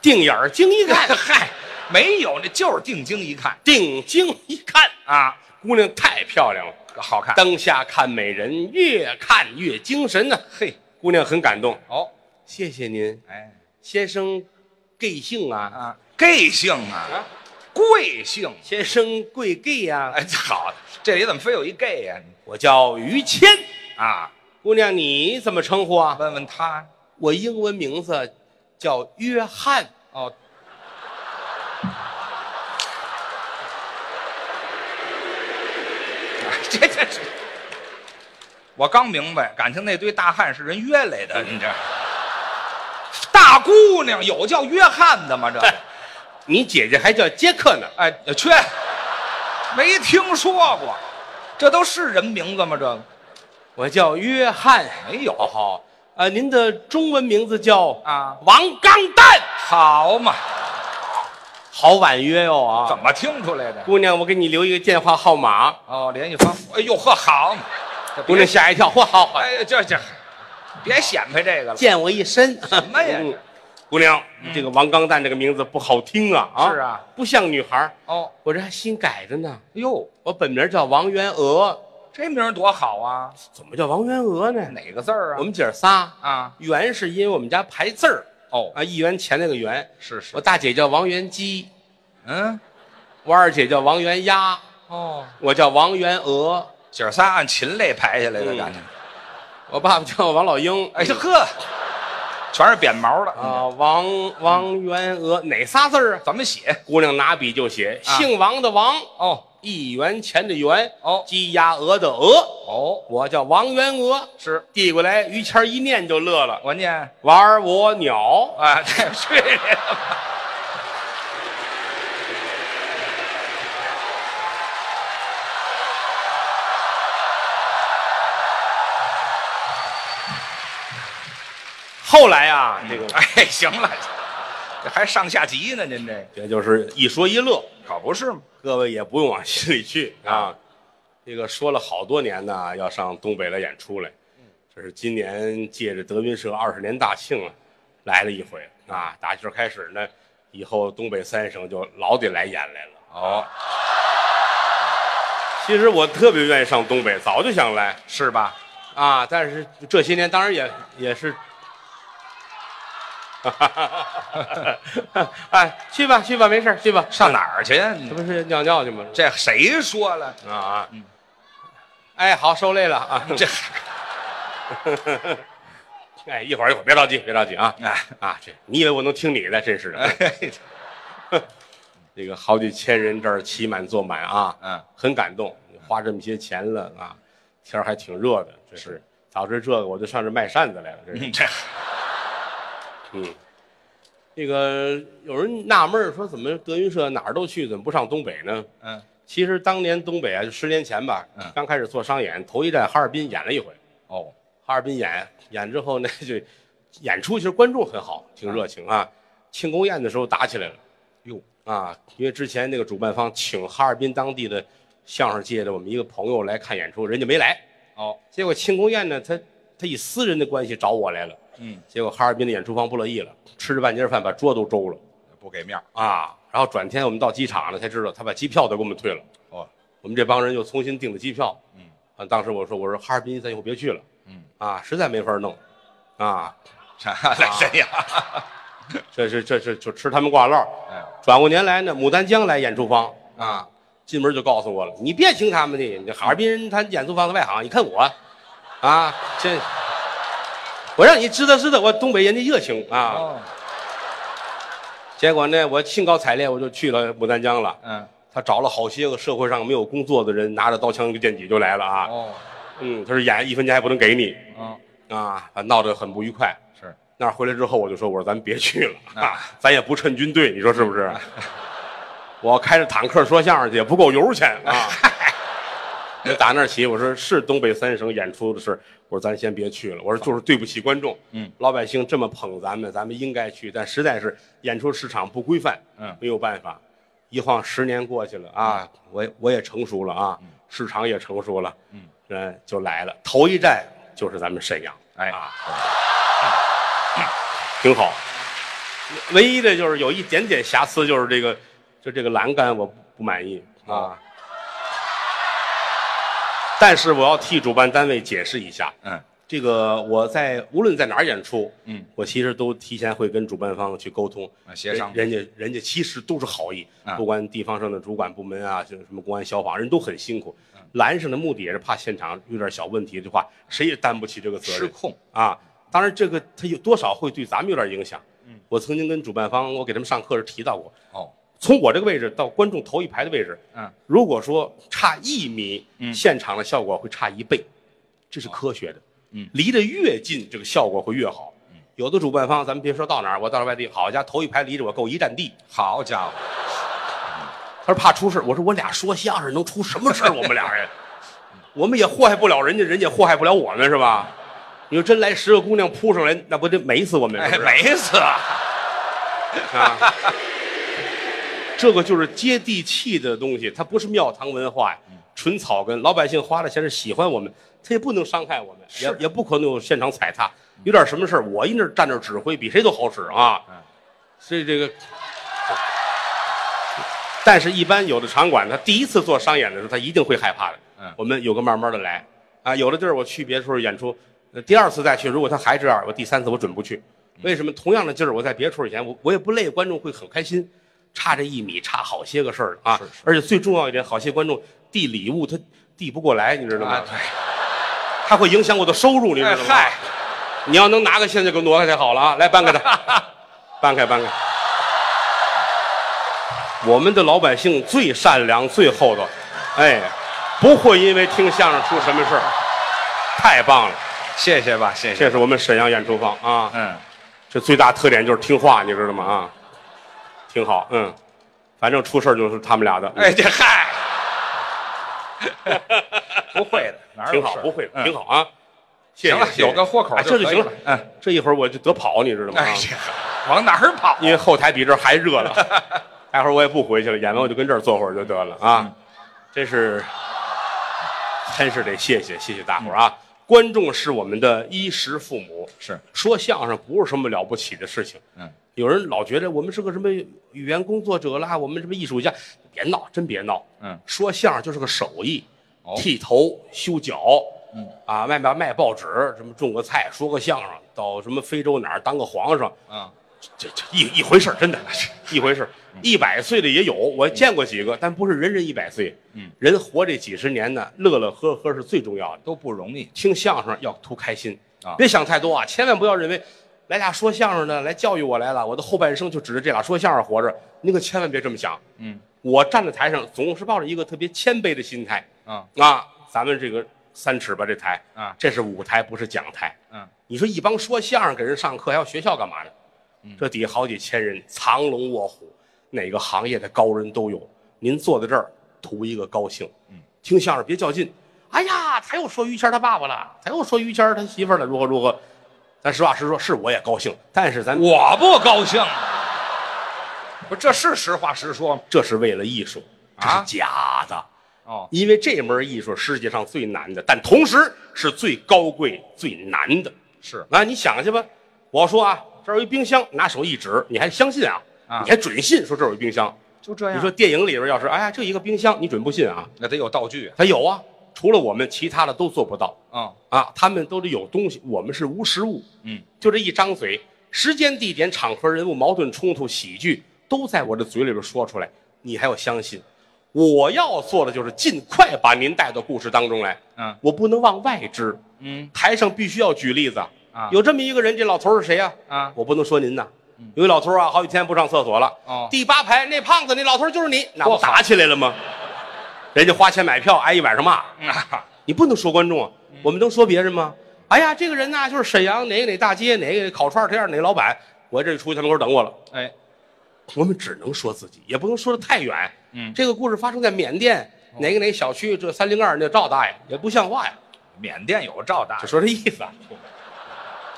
定眼儿睛一看，
嗨，没有，那就是定睛一看
定睛一看，
啊，
姑娘太漂亮了。
好看。
当下看美人，越看越精神呐、
嘿，
姑娘很感动，
哦，
谢谢您，
哎
先生，贵姓啊？
啊，gay 姓啊
啊，
贵姓。
先生贵 gay 啊，
哎，好，这里怎么非有一 gay 呀、
我叫于谦。
啊，
姑娘，你怎么称呼啊？
问问他。
我英文名字叫约翰。
哦， 哎这这这，我刚明白，感情那堆大汉是人约来的，你这大姑娘有叫约翰的吗？这，
你姐姐还叫杰克呢。
哎，缺，没听说过，这都是人名字吗？这个
我叫约翰。
没有，
好，呃，您的中文名字叫
啊
王刚蛋，
好嘛，
好婉约哟啊！
怎么听出来的？
姑娘，我给你留一个电话号码。
哦，联系方，哎呦呵，好嘛，这
姑
别
娘吓一跳，嚯，好好，
哎，这这，别显摆这个了。
溅我一身。
什么呀
嗯姑娘，这个王刚蛋这个名字不好听啊啊！
是啊，
不像女孩儿。
哦，
我这还新改的呢。
哟，
我本名叫王元娥，
这名儿多好啊！
怎么叫王元娥呢？
哪个字儿啊？
我们姐儿仨，
啊，
元是因为我们家排字儿
哦，
啊，一元钱那个元。
是是
我，大姐叫王元姬，
嗯，
我二姐叫王元丫，
哦，
我叫王元娥，
姐儿仨按禽类排下来的
嗯
感觉。
我爸爸叫我王老鹰。
哎呀呵，全是扁毛的。
啊，王王元娥哪仨字儿啊？
怎么写？
姑娘拿笔就写，
啊
姓王的王，
哦
一元钱的元，
哦
鸡鸭鹅的鹅，
哦，
我叫王元娥。
是
递过来，于谦儿一念就乐了，
我念
玩我鸟。
啊，这去你的吧！
后来啊，这个
哎，行了，这还上下级呢，您这
这就是一说一乐，
可不是吗？
各位也不用往心里 去啊。这个说了好多年呢，要上东北来演出来，这是今年借着德云社二十年大庆啊，来了一回啊。打今儿开始呢，以后东北三省就老得来演来了。
哦，
其实我特别愿意上东北，早就想来
是吧？
啊，但是这些年当然也也 是。 哎，去吧，去吧，没事儿，去吧。
上哪儿去呀？你
这不是尿尿去吗？
这谁说了？
啊啊，哎，好，受累了啊。
这
哎，一会儿一会儿，别着急，别着急啊
哎
啊！这你以为我能听你的？真是的，
哎，
这个好几千人这儿挤满坐满啊，
嗯，
很感动，花这么些钱了啊，天儿还挺热的，这是。早知这个，我就上这卖扇子来了，这是。
嗯这
嗯，这个有人纳闷儿说，怎么德云社哪儿都去，怎么不上东北呢？
嗯，
其实当年东北啊，就十年前吧，
嗯
刚开始做商演，头一站哈尔滨演了一回，
哦，
哈尔滨演演之后呢， 就演出其实观众很好，挺热情啊。庆功宴的时候打起来了
嗯哟，
啊，因为之前那个主办方请哈尔滨当地的相声界的我们一个朋友来看演出，人家没来，
哦，
结果庆功宴呢，他他以私人的关系找我来了，
嗯，
结果哈尔滨的演出方不乐意了，吃着半截饭把桌都周了
不给面儿，
啊。然后转天我们到机场了才知道，他把机票都给我们退了。
哦，
我们这帮人又重新订的机票。
嗯，
啊，当时我说我说哈尔滨咱以后别去了。
嗯，
啊，实在没法弄，啊，
来谁呀？
这是这是就吃他们挂烙。
哎，
转过年来呢，牡丹江来演出方啊，进门就告诉我了，你别听他们的，你这哈尔滨人他演出方的外行，你看我，啊，这我让你知道知道我东北人的热情啊。
哦，
结果呢，我兴高采烈我就去了牡丹江了。
嗯，
他找了好些个社会上没有工作的人，拿着刀枪剑戟就来了啊。
哦，
嗯，他说演一分钱还不能给你
嗯，
啊，闹得很不愉快。
是，
那儿回来之后，我就说，我说咱别去了，
啊
啊、咱也不趁军队，你说是不是？我开着坦克说相声去也不够油钱啊。我打那儿起，我说是东北三省演出的事，我说咱先别去了，我说就是对不起观众，
嗯，
老百姓这么捧咱们，咱们应该去，但实在是演出市场不规范，
嗯
没有办法。一晃十年过去了啊，我也我也成熟了啊，市场也成熟了，
嗯，
嗯，就来了，头一站就是咱们沈阳，
哎
啊，挺好。唯一的就是有一点点瑕疵，就是这个，就这个栏杆我不不满意啊。但是我要替主办单位解释一下，
嗯
这个我在无论在哪儿演出，
嗯，
我其实都提前会跟主办方去沟通
啊协商
人人家人家其实都是好意，
啊
不管地方上的主管部门啊，就是什么公安消防，人都很辛苦。
嗯
拦上的目的也是怕现场有点小问题的话，谁也担不起这个责任。
失控
啊。当然，这个它有多少会对咱们有点影响。嗯，我曾经跟主办方，我给他们上课时提到过，
哦，
从我这个位置到观众头一排的位置，
嗯，
如果说差一米，现场的效果会差一倍，这是科学的。
嗯
离得越近，这个效果会越好。有的主办方，咱们别说到哪儿，我到了外地，好家伙，头一排离着我够一站地。
好家伙，
他说怕出事，我说我俩说相声能出什么事儿？我们俩 人，我们也祸害不了人家，人家也祸害不了我们，是吧？你说真来十个姑娘扑上来，那不得美死我们？
哎
是，不是
没死啊，
啊，这个就是接地气的东西，它不是庙堂文化呀，纯草根。老百姓花了钱是喜欢我们，他也不能伤害我们，也也不可能有现场踩踏。有点什么事儿，我一那儿站那儿指挥，比谁都好使啊
嗯。
所以这个，但是，一般有的场馆，他第一次做商演的时候，他一定会害怕的。
嗯
我们有个慢慢的来啊，有的地儿我去别处演出，呃第二次再去，如果他还这样，我第三次我准不去。
嗯
为什么？同样的劲儿，我在别处以前，我我也不累，观众会很开心。差这一米，差好些个事儿啊！
是是
而且最重要一点，好些观众递礼物他递不过来，你知道吗？
啊对，
他会影响我的收入，你知道
哎
吗？
嗨，
你要能拿个现在给我挪开就好了 啊！来搬开它，搬开搬开。我们的老百姓最善良最厚道，哎，不会因为听相声出什么事儿，太棒了！
谢谢吧，谢谢，
这是我们沈阳演出方啊，
嗯，
这最大特点就是听话，你知道吗？啊，挺好，嗯，反正出事儿就是他们俩的，嗯
哎，这嗨，不会的，哎哪儿 有
挺好，
事儿
不会的，
嗯
挺好啊。谢谢
行了
谢谢
有个豁口
哎
就
这
可以
就行了
了。嗯，
这一会儿我就得跑，你知道吗？
哎
啊
呀，往哪儿跑？
因为后台比这儿还热呢。 待会儿我也不回去了，演完我就跟这儿坐会儿就得了
嗯
啊。这是，真是得谢谢谢谢大伙儿啊！观众是我们的衣食父母，
是，
说相声不是什么了不起的事情。
嗯，
有人老觉得我们是个什么语言工作者啦，我们什么艺术家，别闹，真别闹。
嗯，
说相声就是个手艺，
哦
剃头、修脚，嗯啊，卖卖卖报纸，什么种个菜，说个相声，到什么非洲哪儿当个皇上，
嗯，
这这一一回事儿真的，一回事儿一百岁的也有，我见过几个，但不是人人一百岁。
嗯，
人活这几十年呢，乐乐呵呵是最重要的。
都不容易，
听相声要图开心
啊
别想太多啊，千万不要认为来俩说相声的来教育我来了，我的后半生就指着这俩说相声活着，您可千万别这么想。
嗯，
我站在台上总是抱着一个特别谦卑的心态
嗯
啊，咱们这个三尺吧这台
啊
这是舞台不是讲台。
嗯，
你说一帮说相声给人上课，还要学校干嘛呢？
嗯
这底下好几千人，藏龙卧虎，哪个行业的高人都有。您坐在这儿图一个高兴，
嗯
听相声别较劲。哎呀，他又说于谦儿他爸爸了，他又说于谦儿他媳妇儿了，如何如何。咱实话实说，是我也高兴，但是咱
我不高兴，啊不，这是实话实说吗？
这是为了艺术，这是
啊
假的。
哦，
因为这门艺术世界上最难的，但同时是最高贵、最难的。
是，
啊，你想去吧。我说啊，这儿有一冰箱，拿手一指，你还相信啊？
啊
你还准信说这儿有一冰箱？
就这样。
你说电影里边要是哎呀，就一个冰箱，你准不信啊？
那得有道具，
他有啊，除了我们，其他的都做不到
嗯
啊。他们都得有东西，我们是无实物。
嗯，
就这一张嘴，时间、地点、场合、人物、矛盾、冲突、喜剧，都在我的嘴里边说出来，你还要相信？我要做的就是尽快把您带到故事当中来。
嗯
我不能往外支，
嗯
台上必须要举例子
啊
有这么一个人，这老头儿是谁呀、
啊，嗯
我不能说您呐。有一老头儿啊，好几天不上厕所了。
哦
第八排那胖子，那老头儿就是你，那不
嚯
打起来了吗？人家花钱买票，挨一晚上骂。
嗯啊
你不能说观众啊，我们能说别人吗？哎呀，这个人呐，就是沈阳哪个哪大街哪个烤串儿店儿哪个老板，我这出去他门口等我了，
哎，
我们只能说自己，也不能说的太远。
嗯哦
这个故事发生在缅甸哪个哪个小区，这三零二那赵大爷也不像话呀，
缅甸有赵大
就
爷，
说这意思啊，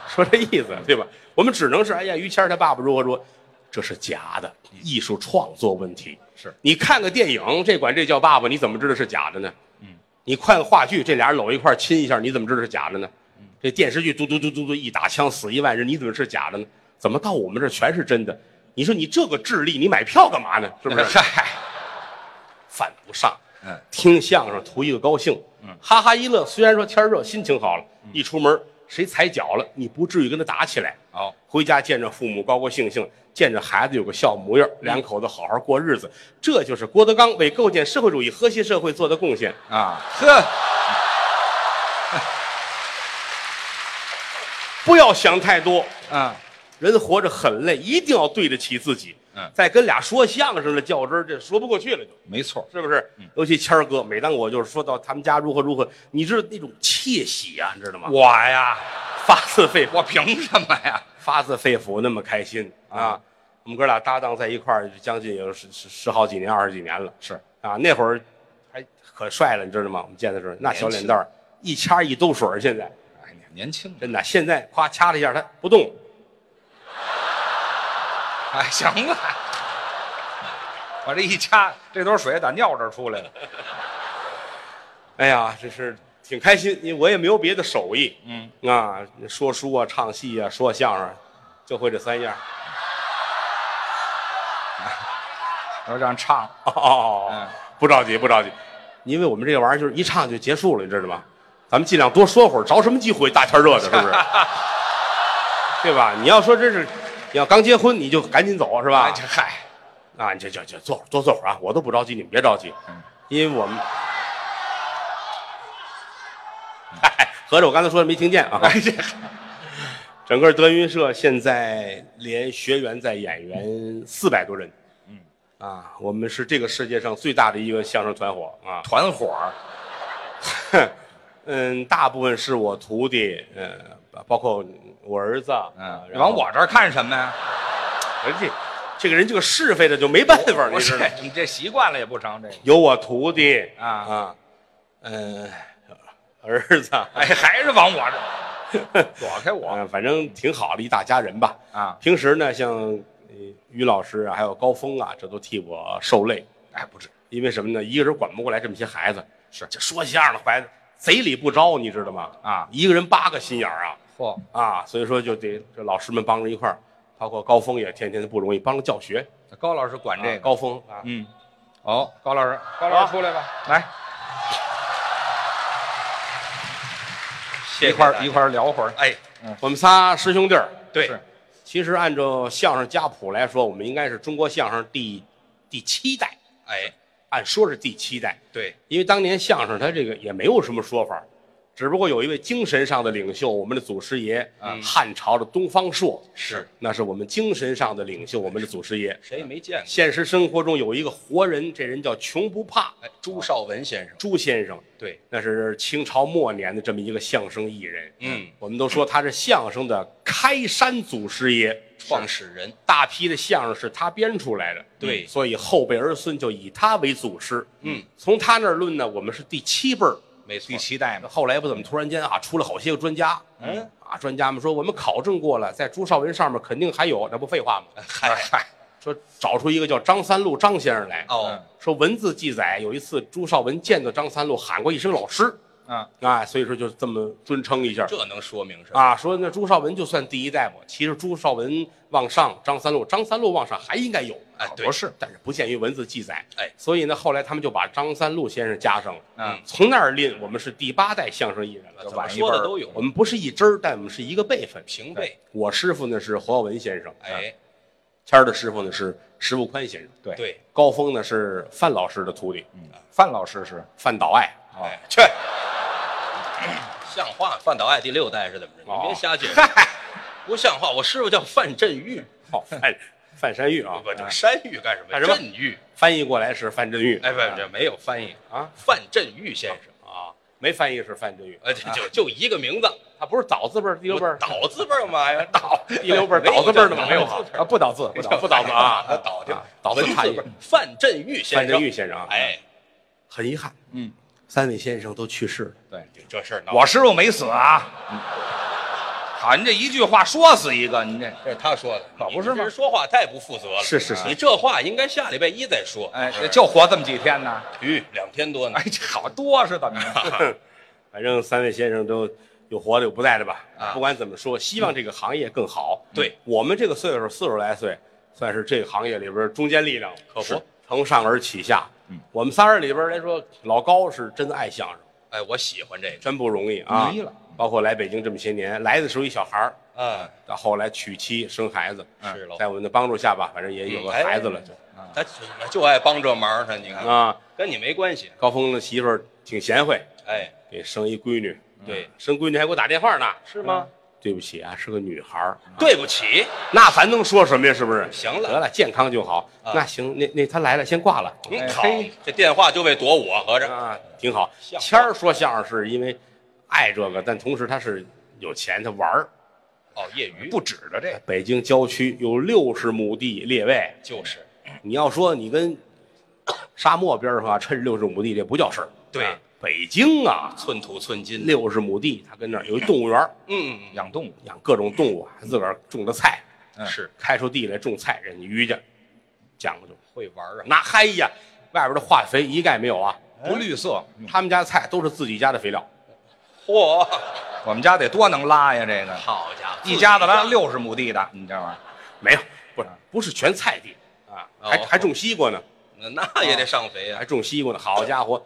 说这意思对吧？我们只能是哎呀，于谦儿他爸爸如何如何，这是假的艺术创作问题。
是
你看个电影，这管这叫爸爸，你怎么知道是假的呢？
嗯，
你看个话剧，这俩人搂一块儿亲一下，你怎么知道是假的呢？这电视剧嘟嘟嘟嘟嘟一打枪死一万人，你怎么是假的呢？怎么到我们这儿全是真的？你说你这个智力，你买票干嘛呢？是不是
嗨，
犯不上？
嗯，
听相声图一个高兴，
嗯
哈哈一乐。虽然说天热，心情好了，一出门谁踩脚了，你不至于跟他打起来。
哦，
回家见着父母高高兴兴，见着孩子有个笑模样，两口子好好过日子，这就是郭德纲为构建社会主义和谐社会做的贡献。
啊，呵，
不要想太多，
嗯，
人活着很累，一定要对得起自己。
嗯
再跟俩说相声的较真儿，这说不过去了就，
没错，
是不是？
嗯
尤其谦儿哥，每当我就是说到他们家如何如何，你知道那种窃喜啊，你知道吗？
我呀，
发自肺
我凭什么呀？
发自肺腑那么开心啊！我们哥俩搭档在一块儿，将近有十十十好几年、二十几年了。
是
啊，那会儿还可帅了，你知道吗？我们见的时候，那小脸蛋儿一掐一兜水儿，现在
哎，你年轻，
真的，现在夸掐了一下，他不动，
哎， 行了，我这一掐，这兜水打尿这儿出来了。
哎呀，这是挺开心，因为我也没有别的手艺，
嗯，
啊，说书啊，唱戏啊，说相声，就会这三样。
要这样唱，
哦哦哦，哦
嗯
不着急，不着急，因为我们这玩意儿就是一唱就结束了，你知道吗？咱们尽量多说会儿，着什么急回？大天热的，是 不是？对吧？你要说真是，你要刚结婚你就赶紧走是吧
哎，？这嗨，
啊，你这这这坐会儿，多坐会儿啊！我都不着急，你们别着急，
嗯
因为我们，嗨，合着我刚才说的没听 见啊。
哎这，
整个德云社现在连学员在演员四百多人，嗯，啊，我们是这个世界上最大的一个相声团伙 啊，
团伙儿，
嗯，大部分是我徒弟，呃，包括我儿子，啊
嗯，你
然后
往我这儿看什么呀？
人家这个人这个是非的就没办法，
不
你知
是
道吗？，
你这习惯了也不成这个。
有我徒弟
啊
啊，嗯，儿 子，
哎，还是往我这 儿躲开我
啊，反正挺好的一大家人吧。
啊！
平时呢，像呃于老师啊，还有高峰啊，这都替我受累，
哎，不是，
因为什么呢？一个人管不过来这么些孩子，
是
这说相声的孩子贼理不招，你知道吗？
啊
一个人八个心眼儿啊
嚯，
啊，所以说就得这老师们帮着一块儿，包括高峰也天天不容易，帮着教学。
这高老师管这
啊
个，
高峰啊，
嗯，哦，高老师，高老师出来吧，来，一块儿一块儿聊会儿。
哎，我们仨师兄弟儿，
对
是其实按照相声家谱来说，我们应该是中国相声第第七代，
哎，
按说是第七代，
对，
因为当年相声它这个也没有什么说法，只不过有一位精神上的领袖，我们的祖师爷，
嗯
汉朝的东方朔，
是
那是我们精神上的领袖，我们的祖师爷。
谁也没见过。
现实生活中有一个活人，这人叫穷不怕
哎，朱绍文先生，
朱先生，
对，
那是清朝末年的这么一个相声艺人。
嗯，
我们都说他是相声的开山祖师爷，
创始人，
大批的相声是他编出来的，嗯
对
所以后辈儿孙就以他为祖师。
嗯，
从他那儿论呢，我们是第七辈儿。
没错
第，七代嘛，
后来不怎么，突然间啊，出了好些个专家，
嗯，
啊，专家们说我们考证过了，在朱绍文上面肯定还有，那不废话吗？
嗨，
说找出一个叫张三路张先生来，嗯
哦，
说文字记载有一次朱绍文见到张三路喊过一声老师，
嗯，
啊，所以说就这么尊称一下。
这能说明什么？
啊，说那朱绍文就算第一代吧，其实朱绍文往上，张三路，张三路往上还应该有，啊
哎，对
不，是，
但是不限于文字记载。
哎
所以呢，后来他们就把张三路先生加上了。
嗯，
从那儿论，我们是第八代相声艺人了
怎
就。
么
晚一
说
辈
的
儿
都有
我，们不是一支儿，但我们是一个辈分。哎
平辈，
我师傅呢是侯耀文先生，啊，
哎，
谦儿的师傅呢是石富宽先生，
对
对，嗯
高峰呢是范老师的徒弟
范老师是哦
范岛爱。
哎，去， 像话吗？范岛爱第六代是怎么着？你
哦
别瞎解释， 不像话。我师傅叫范振玉，
哦，范范山玉啊，
我这山玉干什么？
干什么
振玉，
翻译过来是范振玉。
哎，不，这没有翻译
啊，
范振玉先生，哎
啊，没翻译是范振玉。
呃，就就就一个名字，
啊，不是倒字辈儿，第六辈儿，
倒字辈儿干 嘛呀？倒
第六辈儿倒字辈儿的嘛，没有好，
啊，不倒字，不 倒
不倒字啊，
倒就
啊倒字
文字
看
辈儿范振钰先生。
范振钰先生啊，
哎，
很遗憾，
嗯，
三位先生都去世 了。
对，
这事儿闹的，
我师傅没死啊。好，您这一句话说死一个，您这
这是他说的，
可不是吗
你这人说话太不负责了。
是是是
你这话应该下礼拜一再说。
哎
是
就活这么几天呢，
鱼两天多呢
哎，。这好多是怎么着？
反正三位先生都有活的有不在的吧。
啊
不管怎么说，希望这个行业更好。
对
我们这个岁数，四十来岁，算是这个行业里边中坚力量，可
是
从上而起下。嗯，我们仨人里边来说，老高是真爱相声，
哎，我喜欢这
真不容易啊。
没了，
包括来北京这么些年，来的时候一小孩儿，
个啊，
到后来娶妻生孩子，
嗯
是喽。
在我们的帮助下吧，反正也有个
嗯哎
孩子了。就
他就就爱帮这忙，他你看，
啊，
跟你没关系。
高峰的媳妇儿挺贤惠，
哎，
给生一闺女，
嗯
啊
对，
生闺女还给我打电话呢。
是吗？
对不起啊，是个女孩儿。
对不起，
那咱能说什么呀？是不是？
行了
得了，健康就好。
啊
那行，那那他来了，先挂了。
嗯
哎
好
嘿，
这电话就为躲我，合着
啊，挺好。
像话
谦儿说相声是因为爱这个，但同时他是有钱，他玩儿。啊
哦，业余
不指着这
北京郊区有六十亩地列位，
就是
你要说你跟沙漠边儿上啊，趁六十亩地这不叫事儿。
对
啊北京啊，
寸土寸金。
六十亩地，他跟那儿有一动物园儿，
嗯，
养动物，
养各种动物啊，自个儿种的菜，啊
嗯
是
开出地来种菜，人家于家讲究。
会玩啊。
那嗨呀，外边的化肥一概没有啊，
哎
不绿色。嗯
他们家的菜都是自己家的肥料，
嚯，
我们家得多能拉呀，这个
好家伙，
一家子拉六十亩地的，你知道吗？
没有，不是不是全菜地啊，
嗯哦
还还种西瓜呢，
那那也得上
啊
肥呀
还。种西瓜呢。好家伙，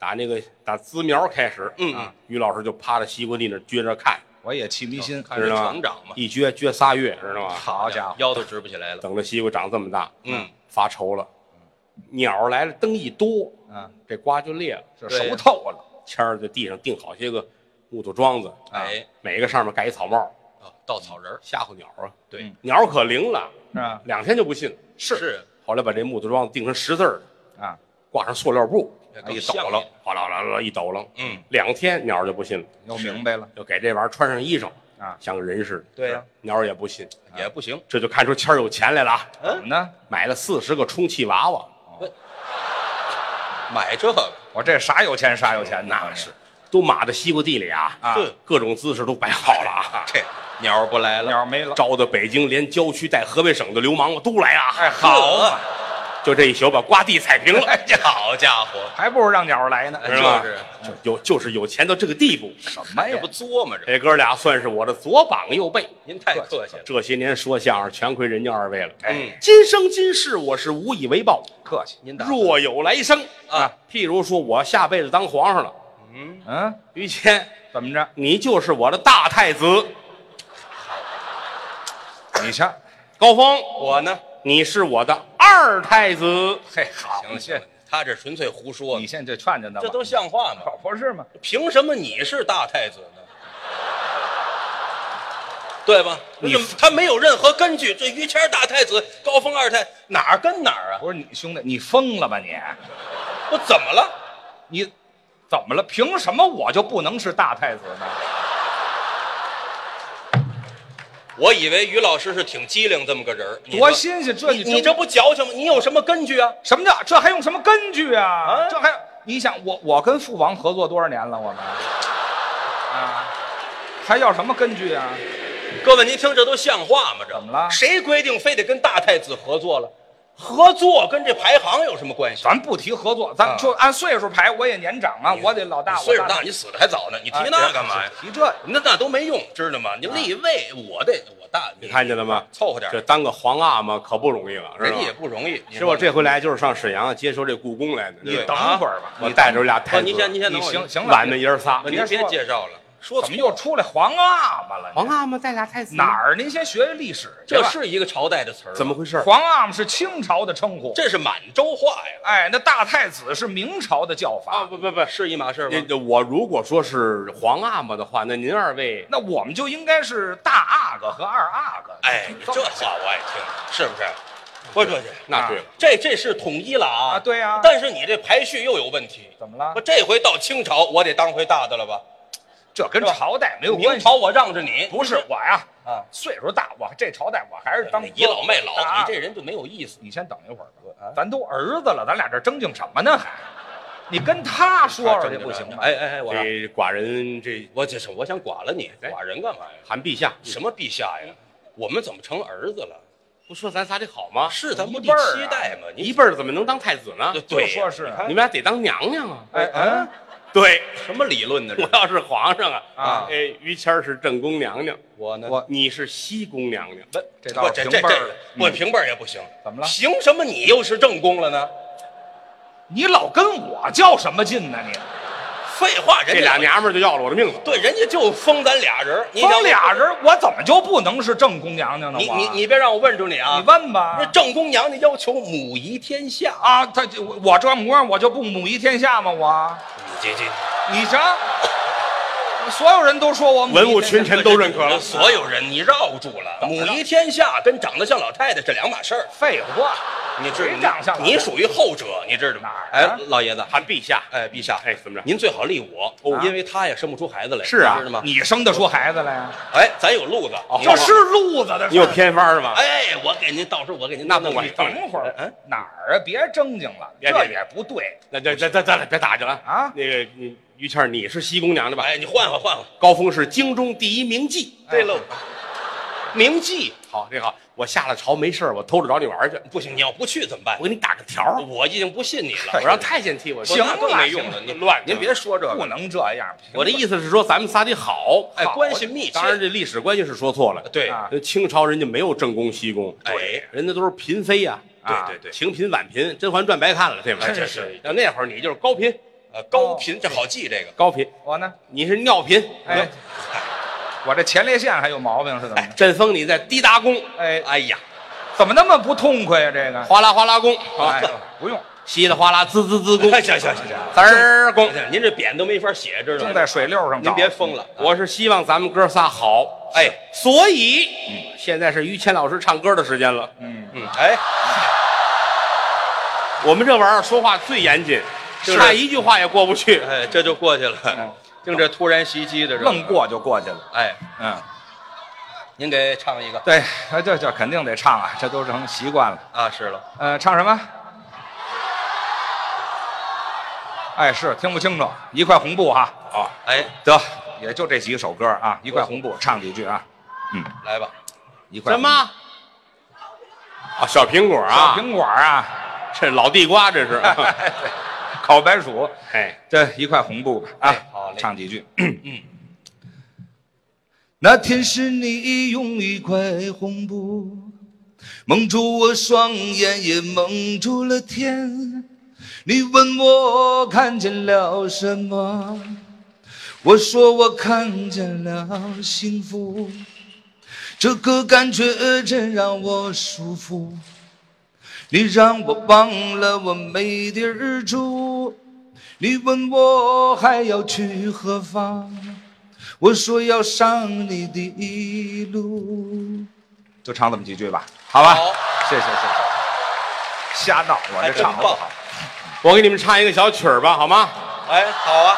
打那个打滋苗开始，
嗯
啊，于老师就趴在西瓜地那儿撅着看，
我也气迷心，
哦
哎
看
知
着
道吗？
成长嘛，
一撅撅仨月，知道吗？
好家伙，
腰都直不起来了。
等着西瓜长这么大，
嗯，
发愁了。鸟儿来了，灯一多，
嗯，
这瓜就裂了。
这
对呀
熟透了，
谦儿在地上钉好些个木头桩子，
啊
哎，
每个上面盖一草帽，
哦稻草人儿
吓唬鸟儿啊。
对
嗯
鸟儿可灵了，
是吧？
两天就不信了。
是
后来把这木头桩子钉成十字儿的，
啊，
挂上塑料布，
那更
一
像
抖楞，哗啦啦啦一抖楞，
嗯，
两天鸟儿就不信了，
又明白了
就给这玩意儿穿上衣裳
啊，
像个人似的。
对呀，
鸟儿也不信，
嗯
也不行。
这就看出谦儿有钱来了啊！
怎么呢？
买了四十个充气娃娃，
买这个
我这啥有钱啥有钱的，
那是都码在西瓜地里啊
哎啊
是
各种姿势都摆好了啊！
这鸟儿不来了，
鸟没 了，
招的北京连郊区带河北省的流氓都来啊！
哎，好嘛，
就这一宿把瓜地踩平了，
哎这好家伙，
还不如让鸟来呢，
知
哎
道吗
就是？
就有就是有钱到这个地步。
什么
这
哎呀
不？作吗？这
这哥俩算是我的左膀右背，
您太客气了。
这些年说相声全亏人家二位了。
哎，
今生今世我是无以为报，
客气，
嗯您打算
若有来生
啊，
譬如说我下辈子当皇上了，
嗯，
嗯，
于谦，
怎么着？
你就是我的大太子；
你瞧，
高峰，
我呢？
你是我的二太子。
嘿，好，
行
你
了行
现
了，他这纯粹胡说
你，现在劝劝他吧，
这都像话吗？
可不是吗？
凭什么你是大太子呢？对吧？
你
这他没有任何根据。这于谦儿大太子，高峰二太哪儿跟哪儿啊？
不是你兄弟，你疯了吧你？
我怎么了？
你怎么了？凭什么我就不能是大太子呢？
我以为于老师是挺机灵这么个人儿，你
多
说
新鲜！这
你
真
你这不矫情吗？你有什么根据啊？
什么叫这还用什么根据啊？
啊
这还你想我我跟父王合作多少年了？我们啊，还要什么根据啊？
各位，您听这都像话吗？这
怎么了
谁规定非得跟大太子合作了？合作跟这排行有什么关系？
咱不提合作，咱
啊
就按岁数排。我也年长啊，我得老大，啊
呃你岁数
我
大，你死的还早呢，你提那干嘛呀？
提这
那那都没用，知道吗？你
啊
立位，我得我大，
你看见了吗？
凑合点儿
这，当个皇阿玛可不容易了，是
人
吧
家？哎也不容易。
其实我这回来就是上沈阳接收这故宫来的。
你
对吧
等
啊
会儿吧。
我带着俩太
哦，
子，
您先，您先
你
等会儿
行行了，
晚的爷儿仨
不。
别
您别
说
介绍了，说
怎么
错
又
了
出来皇阿玛了？
皇阿玛带俩太子
哪儿？您先学学历史去
这
吧。
是一个朝代的词儿，
怎么？回事？
皇阿玛是清朝的称呼，
这是满洲话呀！
哎，那大太子是明朝的叫
啊
法。
不不不，
是一码事儿吗？
那我如果说是皇阿玛的话，那您二位
那我们就应该是大阿哥和二阿哥。
哎，你这话我爱听，是不是？不不不，
那对了，
这这是统一了啊
啊，对呀、
但是你这排序又有问题，
怎么了
不？这回到清朝，我得当回大的了吧？
这跟
是吧
朝代没有关
明
系。
朝我让着你，
不是我呀，
啊，
岁数大，我这朝代我还是当
倚老卖老，
啊
你这人就没有意思。
你先等一会儿吧
啊，
咱都儿子了，咱俩这争竞什么呢？还，你跟他说说去不行吗？
哎哎哎，我
这寡人这
我这是我想剐了你，
哎
剐人干嘛呀？
韩陛下，
什么陛下呀？我们怎么成儿子了？
不说咱仨这好吗？
是咱
一
不第
辈儿啊
七代吗？
一
你
辈儿怎么能当太子呢？
对呀，
就说是
你看
你们俩得当娘娘啊！
哎哎，
对，
什么理论呢？
我
这
要是皇上啊，
啊
哎，于谦儿是正宫娘娘，
我呢？
我
你是西宫娘娘，
这
我
倒是平
这这
辈儿
这
了。，嗯
我平辈儿也不行。
怎么了
凭什么你又是正宫了呢？
你老跟我较什么劲呢？你
废话，人
这俩
家
娘们儿就要了我的命了。
对，人家就封咱俩人儿。你想
光俩，人，我怎么就不能是正宫娘娘呢？
你
我啊
你你别让我问住你啊！
你问吧
那。正宫娘娘要求母仪天下，
啊，他就我我这模样，我就不母仪天下吗？我，
你这这
你瞧，所有人都说我母仪
文武
天
群
下
臣都认可了，
所有人你绕住了。母仪天下跟长得像老太太是两码事儿，
废话，
你知
谁长相好
你属于后者，你知道
哪
吗
儿？
哎
啊，
老爷子，
韩陛下，
哎，陛下，
哎，怎么着？
您最好立我，哦因为他也生不出孩子来，
是啊
你知道吗？
你生得出孩子来呀？
哎，咱有路子，你
这是路子的
你
事
有
儿。
偏方是吧？
哎，我给您，到时候我给您
那不管
弄一
当
弄
然
等会儿，
嗯
哪儿啊？别正经了，
别
这
别
也不对。
那这这这咱俩别打去了
啊
那个你于谦儿，你是西宫娘娘吧？
哎，你换换换换。
高峰是京中第一名妓。
哎
对喽，铭记
好，这好，我下了朝没事儿我偷着找你玩儿去，
不行，你要不去怎么办
我？给你打个条儿
我已经不信你了
我。让太监替我说。
行
那啊更
了
没用了，
行
您
乱
哎您别说这
不
个。
能这样。
我的意思是说，咱们仨得好，
哎
好
关系密切
当然，这历史关系是说错了。
对
啊
那清朝人家没有正宫西宫，
哎
人家都是嫔妃呀，
啊
对对对，
清嫔婉嫔，《甄嬛传》白看了，对吧？
哎这是
那那会儿你就是高嫔，
呃，高频这好记这个。
高嫔，
我呢？
你是尿嫔，
哎，我这前列腺还有毛病是怎么着？
朕嗯封你在滴答宫，
哎，
哎呀，
怎么那么不痛快呀？这个，
哗啦哗啦宫，啊，
哎，不用，
稀里哗啦滋滋滋宫，
哎行行行行，
滋儿宫。
哎您这匾都没法写，知道
正
吗
在？水溜上
您
找。
别疯了，
我是希望咱们哥仨好，
哎
所以现在是于谦老师唱歌的时间了。
嗯，
嗯哎，
我们这玩意儿说话最严谨，
是
差一句话也过不去。
哎，这就过去 了，净这突然袭击的这
愣。过就过去了。
哎，
嗯，
您给唱一个
对，哎这这肯定得唱啊，这都成习惯了。
啊？是了，
呃，唱什么？哎，是听不清楚，一块红布哈，
啊，
哎，
得，也就这几首歌啊，一块红布唱几句啊，
来吧，
一块
什
红布
么？啊，小苹果
小
啊，
苹果啊，
这老地瓜这 是。
烤白薯，
哎，
这一块红布吧啊
哎，好嘞
唱几句。嗯， 那天是你用一块红布蒙住我双眼，也蒙住了天。你问我看见了什么？我说我看见了幸福，这个感觉真让我舒服。你让我忘了我没地儿住，你问我还要去何方，我说要上你的路。就唱这么几句吧，好吧？
好
谢谢谢谢。瞎闹，我
还
这
真
唱得不
棒
好。
我给你们唱一个小曲儿吧，好吗？
哎，好啊，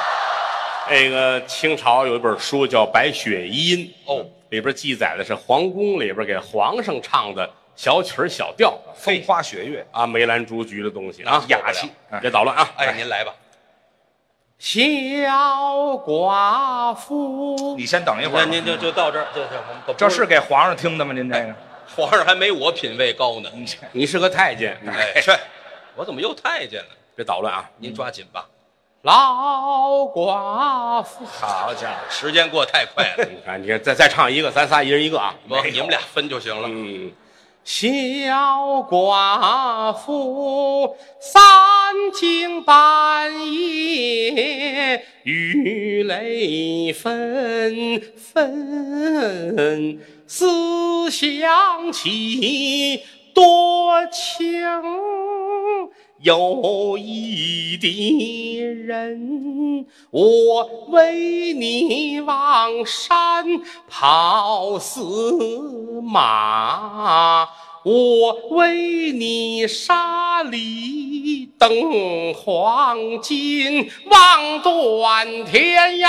那个清朝有一本书叫《白雪遗音》，
哦，
里边记载的是皇宫里边给皇上唱的小曲儿小调
风花雪月，
啊，梅兰竹菊的东西啊，
雅气
嗯
别捣乱啊！
哎，您来吧，
小寡妇
你，先等一会
那
儿吧。
哎您就就到这儿，就就我们不
这是给皇上听的吗？您这个，
皇上还没我品位高呢。
你这
你是个太监，
哎，去，我怎么又太监了？
别捣乱啊！
您抓紧吧，
老寡妇，
好家伙，
时间过太快了。
你看，你看，再再唱一个，咱仨一人一个啊。
我你们俩分就行了。
嗯，小寡妇三更半夜雨泪纷纷，思想起多情有意的人，我为你往山跑死马，我为你沙里等黄金，望断天涯。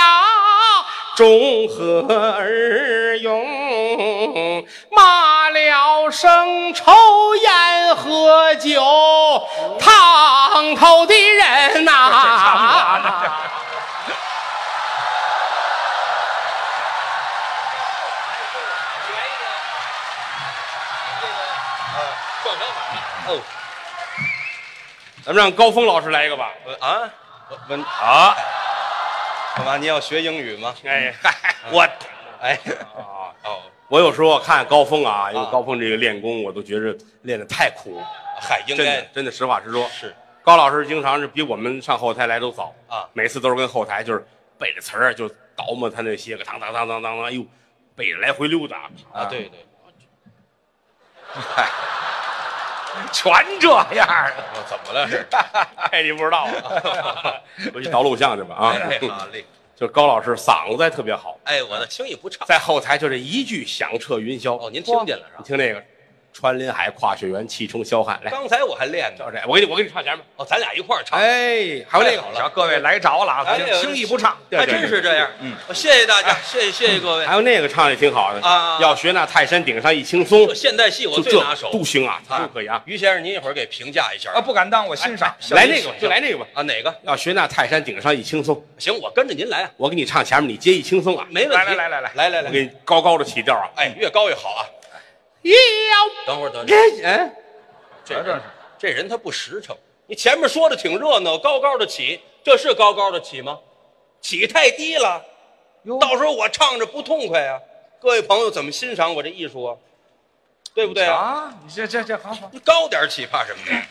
中和而咏，骂了声抽烟喝酒，烫头的人呐、
撞相反哦，
咱们让高峰老师来一个吧。
呃啊，文啊，干嘛？你要学英语吗？
哎，嗨，我
哎，
啊，
哦，
我有时候看高峰啊，因为
啊
高峰这个练功，我都觉着练得太苦，
嗨，应
真的
该
真的，实话实说。
是
高老师经常是比我们上后台来都早
啊
每次都是跟后台就是背着词儿啊就倒磨他那些个当当当当当当，哎呦，背着来回溜 达
啊，对对，哎
全这样儿，
我哦怎么了？是，
哎，你不知道 啊？我去倒录像去吧啊！
哎，好嘞，
就高老师嗓子还特别好，
哎，我呢轻易不唱。
在后台就这一句响彻云霄。
哦您听见了是吧
你听这个，穿林海，跨雪原，气冲霄汉。来，
刚才我还练呢
赵，这，我给你，我给你唱前面。
哦，咱俩一块儿唱，
哎，还有这
太好
个，
了
行，各位来着了啊，
哎
咱就轻易不唱，对
还真。
对嗯
是这样。嗯，谢谢大家，谢谢谢谢各位
还。有那个唱的挺好的
哎啊
要学那泰山顶上一轻松
这，现代戏我
就
最
这
拿手，
都行啊，
啊
都可以啊。
于先生，您一会儿给评价一下
啊，不敢当，我欣赏。
哎 小
来
李
那个
手
吧，就来那个吧。
啊，哪个？
要学那泰山顶上一轻松，
行，我跟着您来啊，
我给你唱前面，你接一轻松啊。
没问题。
来来来来
来来
我
来
给你高高的起调啊。
哎，越高越好啊。
要
等会儿，等会儿，
这哎，
这
这
人
是
这人他不实诚。你前面说的挺热闹，高高的起，这是高高的起吗？起太低了，
哟
到时候我唱着不痛快啊。各位朋友怎么欣赏我这艺术啊？对不对啊？
啊，你这这这好好，
你高点起怕什么呀？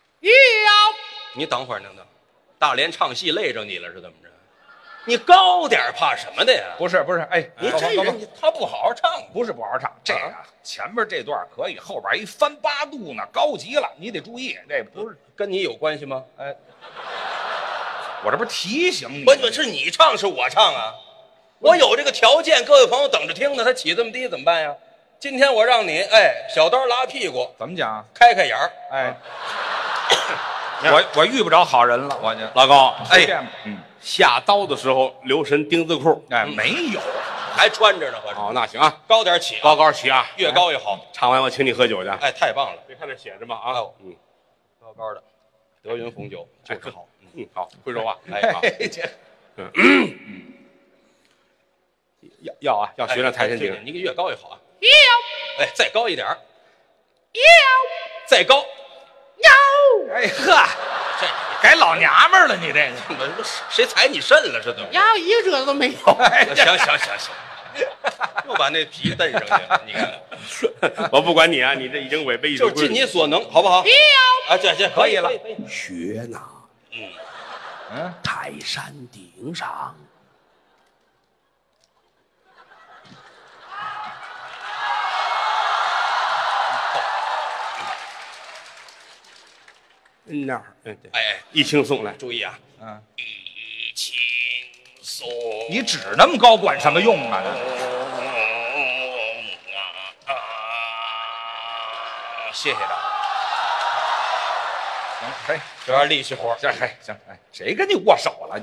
要
你等会儿，等等，大连唱戏累着你了是怎么着？你高点儿怕什么的呀？
不是不是，哎，
你
高
这
峰高峰
人你他不好好唱，
不是不好好唱，这个啊前边这段可以，后边一翻八度呢，高级了，你得注意，这不是
跟你有关系吗？
哎，我这不是提醒你
不，不是你唱是我唱啊，我有这个条件，各位朋友等着听呢。他起这么低怎么办呀？今天我让你哎小刀拉屁股，
怎么讲？
开开眼儿，
哎，我我遇不着好人了，我就
老高，
随便吧嗯，
下刀的时候留神钉子裤。
哎，没有，
还穿着呢，合着
哦，那行啊，
高点起啊，
高高起啊，
越高越好。
唱完我请你喝酒去。
哎，太棒了，
别看这写着嘛啊
哎呦
嗯，
高高的，德云红酒就是好。
嗯，好，会说话。
哎
好，
嘿这
要要啊，要学那泰山顶
哎
上。
你越高越好啊。哎，再高一点儿，再高，
哎呵，
这
改老娘们儿了，你这个，
怎么谁踩你肾了？是怎么着？
要一个这都没有，
哎
行行行行，又把那皮蹬上去了，你看，
我不管你 啊，你这已经违背一
就
种
是
规
尽
矩。
你所能，好不好？啊，这这可以了
可以，
学呢，
嗯，
泰山顶上。嗯，那儿，嗯，对，
哎哎，
一轻松来，
注意啊，
嗯，
一轻松
你指那么高管什么用啊？
啊啊！谢谢大家，
行，可以。
这玩意儿力气活儿。
行，哎，行，哎，谁跟你握手了？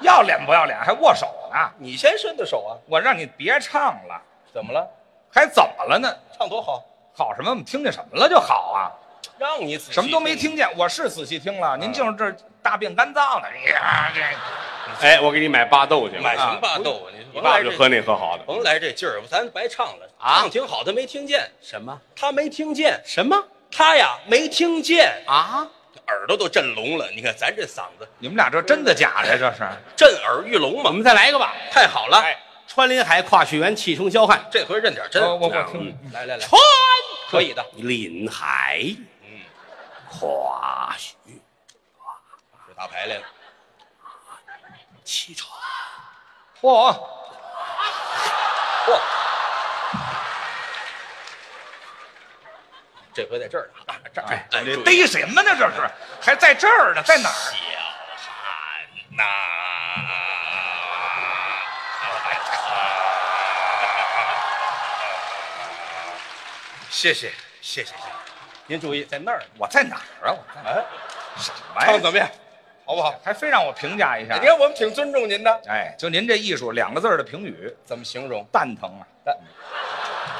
要脸不要脸还握手呢？
你先伸的手啊，
我让你别唱了，
怎么了？
还怎么了呢？
唱多好，
好什么？我们听见什么了就好啊？
让你仔细啊
什么都没听见，我是仔细听了。您净是这儿大便干燥呢，哎呀，这
哎，我给你买巴豆去，
听，买什么
啊
霸豆啊？你
你
甭
爸
来
就
这
喝那喝好的。
甭来这劲儿，咱白唱了
啊
唱挺好，他没听见，
什么
他没听见，
什么
他呀没听见，
啊？
耳朵都震聋了。你看咱这嗓子，嗯
你们俩这真的假的？这是
震耳欲聋
我
嘛，
们再来一个吧。
太好了，
哎，穿林海，跨雪原，气冲霄汉。
这回认点真。
哦
啊
我我我
嗯
听
来来来，
穿
可以的，
林海，
嗯，
跨雪
这打牌来了，
气冲。
嚯，
嚯，这回在这儿呢，啊这儿
哎，
哎，
这
逮
逮什么呢？这是还在这儿呢，在哪儿？
小汉呐。 谢谢谢谢谢谢，您注意在那儿呢，
我在哪儿啊？我在哪儿
哎，
什么
唱
呀？
怎么样？哎好不好？
还非让我评价一下
你。看我们挺尊重您的，
哎，就您这艺术两个字儿的评语，
怎么形容？
蛋疼啊！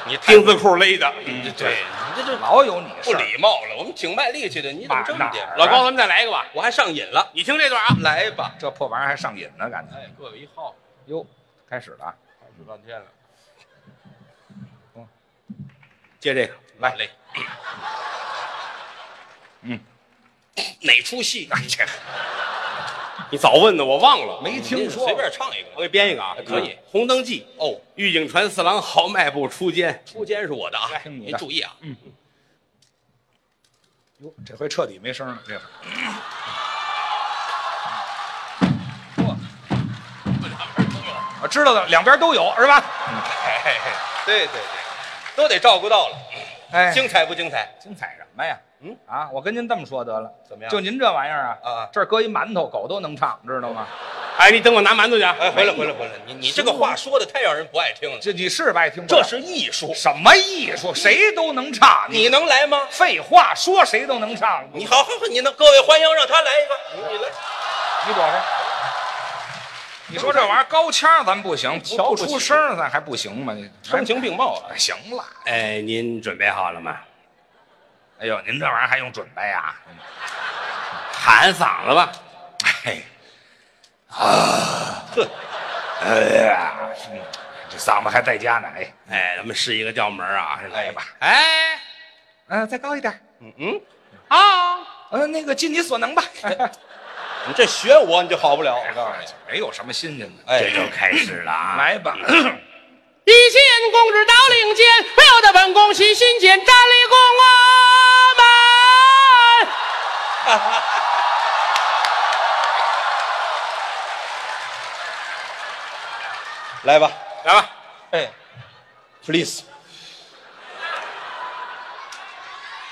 你太
钉子裤勒的。嗯，
对，你这就
老有你
不
事儿
礼貌了。我们挺卖力气的，你怎么这么
哪
点啊
哪？儿
老高，咱们再来一个吧。
我还上瘾了。
你听这段啊，
来吧，
这破玩意儿还上瘾呢，感觉。
哎，各位一号，
哟，开始了啊，
开始半天了，
接这个。
来嘞。
嗯，
哪出戏？
啊
这
你早问的，我忘了。
没听说
随
过
便唱一
我
个。
给编一个啊，
可以
《红灯记》
哎哦，
狱警传四郎豪迈步出监，
出监是我的啊，
听你
您
的
注意啊。
哟，这回彻底没声了，这回。嗯 我啊知道的，两边都有是吧？
哎，对对对，都得照顾到了。
哎，
精彩不精彩？
精彩什么呀？
嗯
啊，我跟您这么说得了，
怎么样
就您这玩意儿啊，嗯
啊
这儿搁一馒头，狗都能唱，知道吗？
哎，你等我拿馒头去啊。
哎，回来回来回来，你你这个话说的太让人不爱听了。
这你是不爱听过
这
了？
是艺术，
什么艺术？谁都能唱，
你能来吗？
废话，说谁都能唱，
你好好好，你能各位欢迎，让他来一个，你你来。
你躲开。 你说这玩意儿高腔咱不行，
不
调
不
出
行
声儿咱还不行吗？你
声情并茂啊！
哎行了，
哎，您准备好了吗？
哎呦，您这玩意儿还用准备啊？
喊嗓子吧。
哎，啊，哎呀，嗯这嗓子还在家呢，哎，
哎，咱们试一个调门啊，来吧。
哎，嗯、再高一点，
嗯嗯，
啊，
呃，那个尽你所 能吧。
你这学我你就好不了，我告诉你。
没有什么新鲜的，嗯
这
哎，
就开始了啊。
来吧，
一线公职到领间，不要的本宫喜心间，站立公我们。
来吧，
来吧。
哎，please。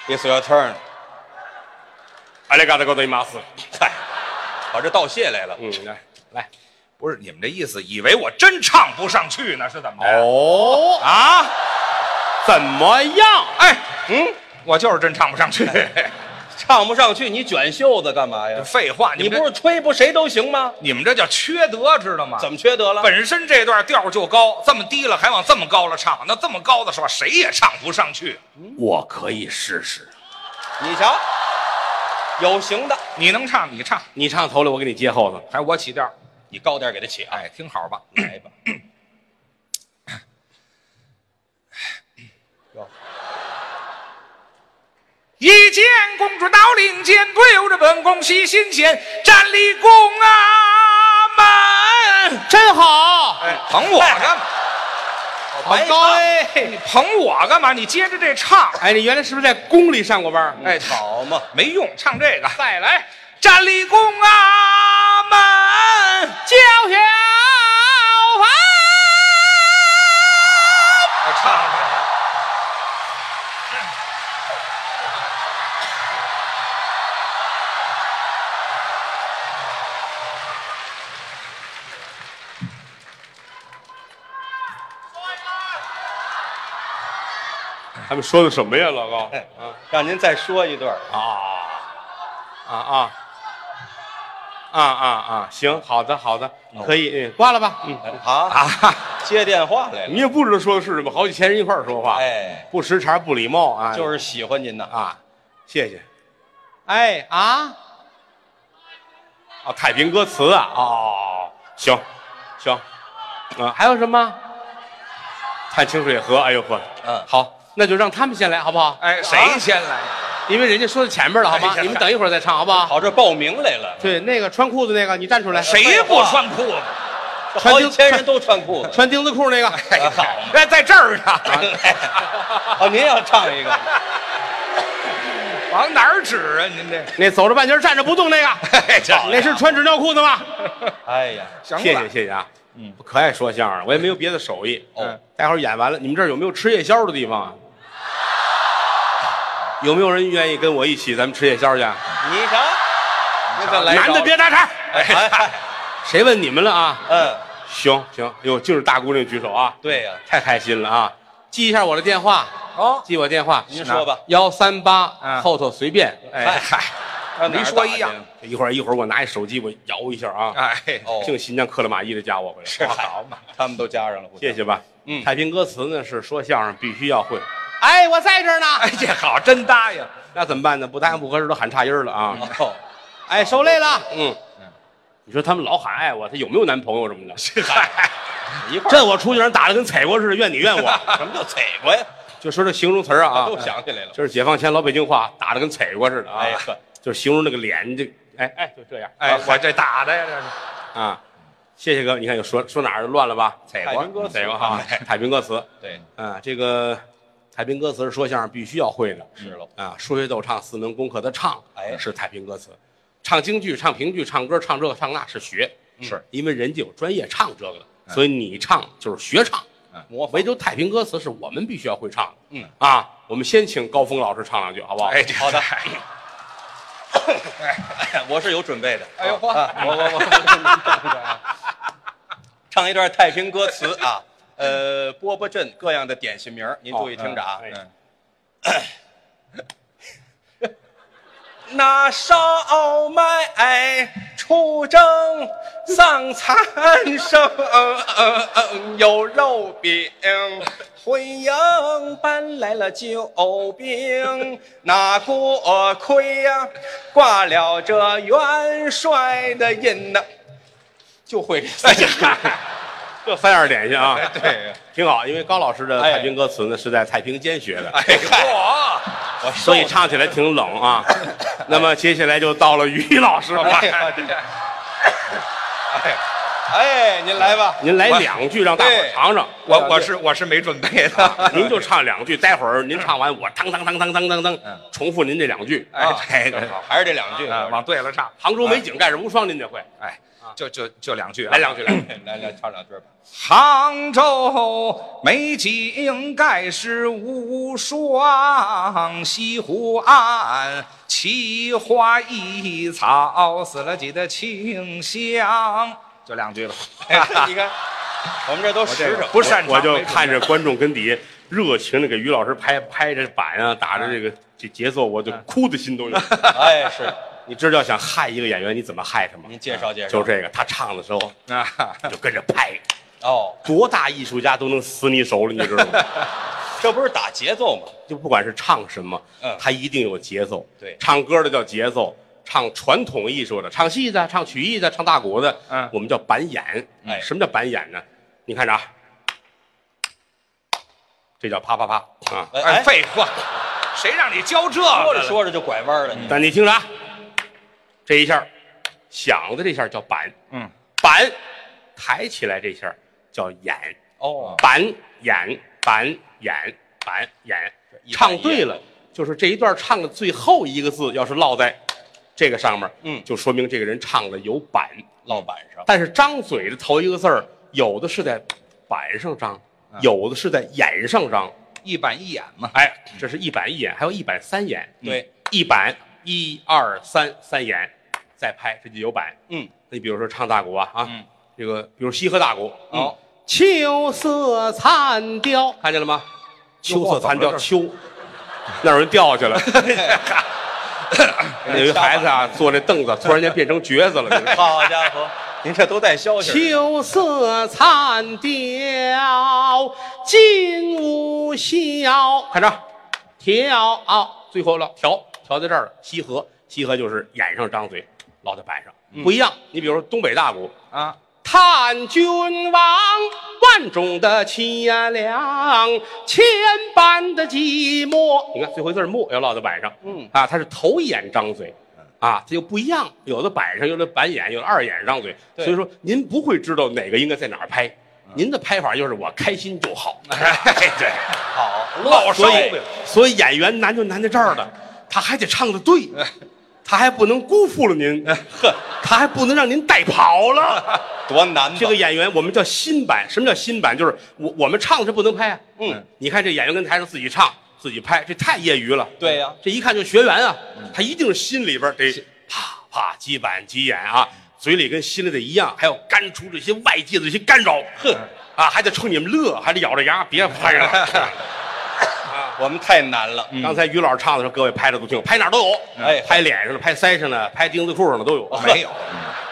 It's your turn。
阿里嘎多，高德伊马斯。
嗨，我这道谢来了。
嗯，来来。
不是你们这意思，以为我真唱不上去呢，是怎么着？
哦啊，怎么样？
哎，
嗯，
我就是真唱不上去。
唱不上去，你卷袖子干嘛 呀？
废话，
你
你们
不是吹不谁都行吗
这？你们这叫缺德，知道吗？
怎么缺德了？
本身这段调就高，这么低了还往这么高了唱，那这么高的说谁也唱不上去。
我可以试试。
你瞧，有型的，
你能唱你唱，
你唱头了，我给你接后头。
还我起调，
你高点给他起啊！
哎，听好吧。
来吧。
一见公主到领间，不由着本宫喜心间，站立宫啊门。
真好，
哎，捧我干嘛？
好高哎！
你捧我干嘛？你接着这唱，
哎，你原来是不是在宫里上过班？
哎，
好嘛，
没用，唱这个。再来，站立宫啊门。
叫小凡，
哎，唱上。
他们说的什么呀，老高？
哎让您再说一段。
啊啊啊啊啊！行，好的好的，可以，嗯，挂了吧。嗯
啊，
啊，
接电话来了。
你也不知道说的是什么，好几千人一块儿说话，
哎，
不识茬不礼貌啊，
就是喜欢您呐。
啊，谢谢。哎啊，哦，太平歌词啊，哦，行行，啊，还有什么？看清水河，哎呦呵，
嗯
好，那就让他们先来好不好？
哎，谁先来？
因为人家说到前面了，好吗？
哎呀
你们等一会儿再唱好不好？
好，这报名来了，
对，那个穿裤子那个，你站出来。
谁不穿裤子？
这好几
穿
千人都穿裤 子。
穿钉子裤那个？
哎，好，哎，在这儿呢，
哦，您要唱一个，
往哪儿指啊？您这，
那走着半截儿站着不动那个？
哎， 这
那是穿纸尿裤子吗？
哎呀，
行了，
谢谢谢谢啊！嗯，我可爱说相声了，我也没有别的手艺。嗯
哦，
待会儿演完了，你们这儿有没有吃夜宵的地方啊？有没有人愿意跟我一起咱们吃夜宵去？啊
你瞧，您再来一
男的
首
别，搭茬儿，
哎，哎
谁问你们了啊？
嗯，
行行，哎呦，就是大姑娘举手啊，
对呀，
太开心了啊！记一下我的电话，
哦，
记我电话，
您说吧
幺三八
嗯
后头随便。
哎
哎，
嗨，
上哪儿
没说
打
一
去
样。
一会儿一会儿我拿一手机我摇一下啊，
哎，
哦，
净新疆克勒玛依的家伙回来，
这好嘛，
他们都加上了，互相
谢。谢吧。
嗯
太平歌词呢是说相声必须要会，
哎，我在这儿呢。
哎，这好，真答应。
那怎么办呢？不答应不合适都喊差音儿了啊。
哦，
哎，受累了。
嗯，你说他们老喊爱我，他有没有男朋友什么的？
这嗨，
一块儿这我出去人打的跟踩过似的，怨你怨 我。
什么叫踩过呀？
就说这形容词儿啊，
又哦想起来了。
就是解放前老北京话，打的跟踩过似的啊。
哎呀呵，
就是形容那个脸，这哎哎就这样
哎，我这打的呀，这是
啊。谢谢哥，你看又说说哪儿乱了吧？
踩
太平
过，
歌词
踩过啊，太平歌词。
对，
啊，这个太平歌词是说相声必须要会的
是喽。
啊，说学逗唱四门功课的唱，
哎
是太平歌词，唱京剧、唱评剧、唱歌、唱这个唱那是学，
嗯
是
因为人家有专业唱这个的，所以你唱就是学唱。
哎模仿
唯独太平歌词是我们必须要会唱的。
嗯
啊，我们先请高峰老师唱两句，好不好？
哎，，这
好的
哎
我是有准备的。
哎呦嚯
啊我我我，唱一段太平歌词啊，呃，波波镇各样的点心名儿，您注意听着啊。
哎
嗯
那烧麦出蒸上残生，有肉饼，回营搬来了救兵，那锅盔呀、挂了这元帅的印呐，就会这
哎
三句。
这三样点心啊，
对，
挺好，因为高老师的
哎
太平歌词呢是在太平间学的，
哎嗨，
哇，
我
所以唱起来挺冷 啊。那么接下来就到了于老师了。
哎呀这哎，您来吧，
您来两句让大伙儿尝尝，
我我是我是没准备的，
您就唱两句，待会儿您唱完，我当当当当当当当，重复您这两句。
嗯哎
啊，
这
正好
个
还是这两句
啊，往对了唱，
杭州美景盖世无双，您得会，
哎，就就就两句啊
来。两句，来两句。
来来唱两句吧。
杭州美景盖世无双，西湖岸奇花异草，死了几的清香。就两句吧，
哎你看，我们这都实
这
诚
个。 不擅长
我就
没准备
看着观众跟底下热情的给于老师拍拍着板啊，打
哎
着这个这节奏，我就
嗯
哭的心都 有。
哎，是，
你知道想害一个演员，你怎么害他吗？
您介绍介绍
就。这个，他唱的时候
啊，
就跟着拍，
哦，
多大艺术家都能死你手里，你知道吗？
这不是打节奏吗？
就不管是唱什么，
嗯
他一定有节奏。
对
唱歌的叫节奏，唱传统艺术的，唱戏的，唱曲艺的，唱大鼓的，
嗯
我们叫板演。
哎
什么叫板演呢？你看着啊，这叫啪啪啪啊！
哎，
哎，
废话，谁让你教这
说
个
着
了？
说着就拐弯了，你
但你听着啊，这一下响的这下叫板，
嗯，
板抬起来这下叫演，
哦，
板演板演板演，
一板
唱
一
对
眼
了，就是这一段唱的最后一个字，要是落在这个上面，
嗯
就说明这个人唱的有板。
落板上，
但是张嘴的头一个字儿，有的是在板上张，
嗯
有的是在眼上张。
一板一眼嘛，
哎，这是一板一眼，还有一板三眼。
对，
一板一二三三眼，再拍这就有板。
嗯，
你比如说唱大鼓啊啊
嗯，
这个比如西河大鼓，嗯
哦，
秋色残雕，看见了吗？秋色残雕，
这是
秋，那有人掉下去了。那有一孩子啊，坐那凳子，突然间变成橛子了你知道吗。
好家伙，您这都带消息。
秋色残雕，金无笑。
看这，调啊，最后了，调调在这儿了。西河，西河就是眼上张嘴，落在板上，
嗯
不一样。你比如说东北大鼓，
啊，
叹君王，万种的凄凉，千般的寂寞。
你看最后一字儿木要落在板上，
嗯
啊，它是头一眼张嘴，啊，它又不一样，有的板上，有的板眼，有的二眼张嘴，
对啊
所以说您不会知道哪个应该在哪儿拍，您的拍法就是我开心就 好，哎对，
好，
落
手
所以所以演员难就难在这儿了，他还得唱的对，
嗯
他还不能辜负了您，呵，他还不能让您带跑 了。
多难 吧
这个演员我们叫新版，什么叫新版？就是我我们唱的是不能拍啊。
嗯，
你看这演员跟台上自己唱自己拍，这太业余了。
对呀
这一看就学员啊，
嗯
他一定是心里边得啪啪击板击眼啊，嘴里跟心里得一样，还要干除这些外界的这些
嗯
干扰。哼，啊，还得冲你们乐，还得咬着牙别拍了。啊，
我们太难了。 嗯
刚才于老师唱的时候，各位拍的都挺有，拍哪儿都有，
哎
拍脸上的，拍腮上的，拍钉子裤上的都
哦
有。哎
没有，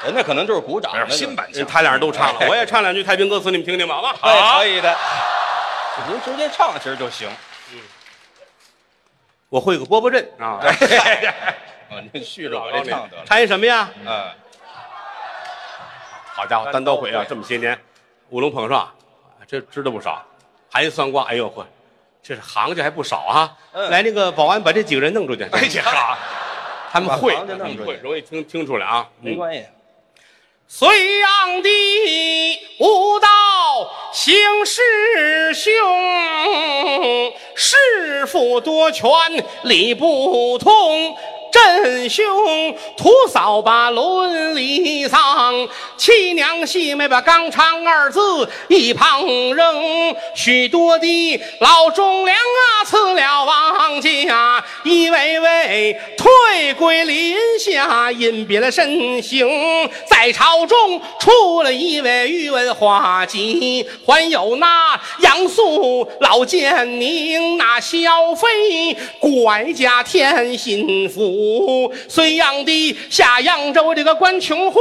人家可能就是鼓掌，那就
新版
他俩人都 唱了，我也唱两句太平歌词，你们听听吧，好吗？
哎，可以的。您直接唱其实就行。
我会个波波阵啊，
啊，您续着
老
我
高
这
那
唱得了。
唱一什么呀？
嗯，
好家伙，单刀会啊，这么些年，舞龙捧上，哎这知道不少，含一算卦，哎呦呵，这是行家还不少啊。
嗯
来，那个保安把这几个人弄出去。哎呀， 他们会
把行家，
他
弄
们
出去
会，容易听听出来啊。
没关系。
隋炀帝无道行事凶，弑父夺权理不通。真凶屠嫂把伦理丧，七娘细妹把纲常二字一旁扔。许多的老忠良啊，辞了王家，一位位退归林下，隐别了身形，在朝中出了一位宇文化及，还有那杨素、老建宁、那萧妃、管家天心府、隋炀帝下扬州这个关琼花，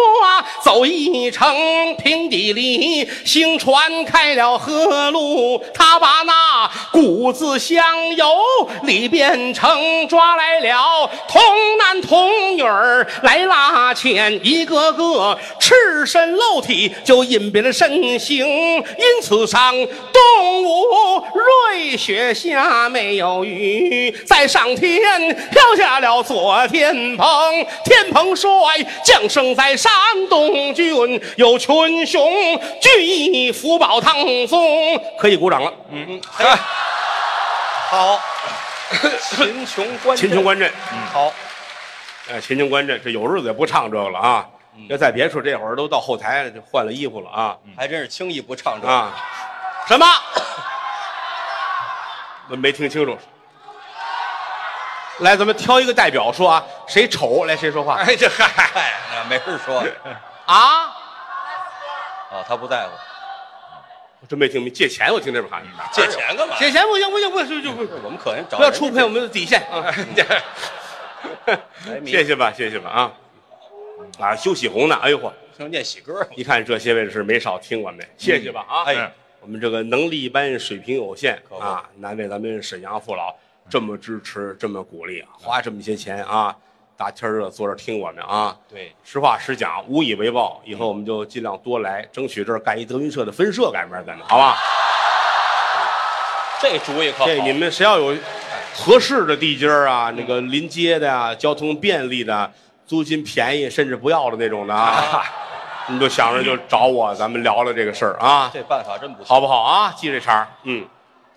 走一程平地里，行船开了河路，他把那谷子香油里边盛抓来了，童男童女儿来拉纤，一个个赤身露体就隐蔽了身形，因此上东吴瑞雪下没有雨，再上天飘下了左天蓬，天蓬帅降生在山东郡，有群雄聚义福宝堂宗，可以鼓掌了。
好，秦琼观嗯
秦琼观阵，
好，
哎，秦琼观阵，这有日子也不唱这个了啊。
嗯
要在别处，这会儿都到后台就换了衣服了啊
还真是轻易不唱这个。
啊！什么？我没听清楚。来，咱们挑一个代表说啊，谁丑来谁说话
哎，这嗨，那没人说。
啊！
哦，他不在乎，
我真没听明。借钱，我听这边喊。
借钱干嘛？
借钱不行不行不行不行，
我们可能找
不要触碰我们的底线。
哎
谢谢吧，谢谢吧啊！啊，休喜红呢？哎呦嚯！
听念喜歌。
一看这些位置没少听我们，谢谢吧啊！
哎，
我们这个能力一般，水平有限
可不
啊，难为咱们沈阳父老这么支持，这么鼓励啊，花这么些钱啊，大天儿的坐这儿听我们啊。
对，
实话实讲，无以为报。以后我们就尽量多来，争取这儿干一德云社的分社，赶明儿咱们好吧？
这主意可好。
这你们谁要有合适的地界儿啊，那
嗯
个临街的啊，交通便利的，租金便宜甚至不要的那种的 啊，你就想着就找我，咱们聊聊这个事儿啊。
这办法真不错。
好不好啊？记这茬儿。嗯，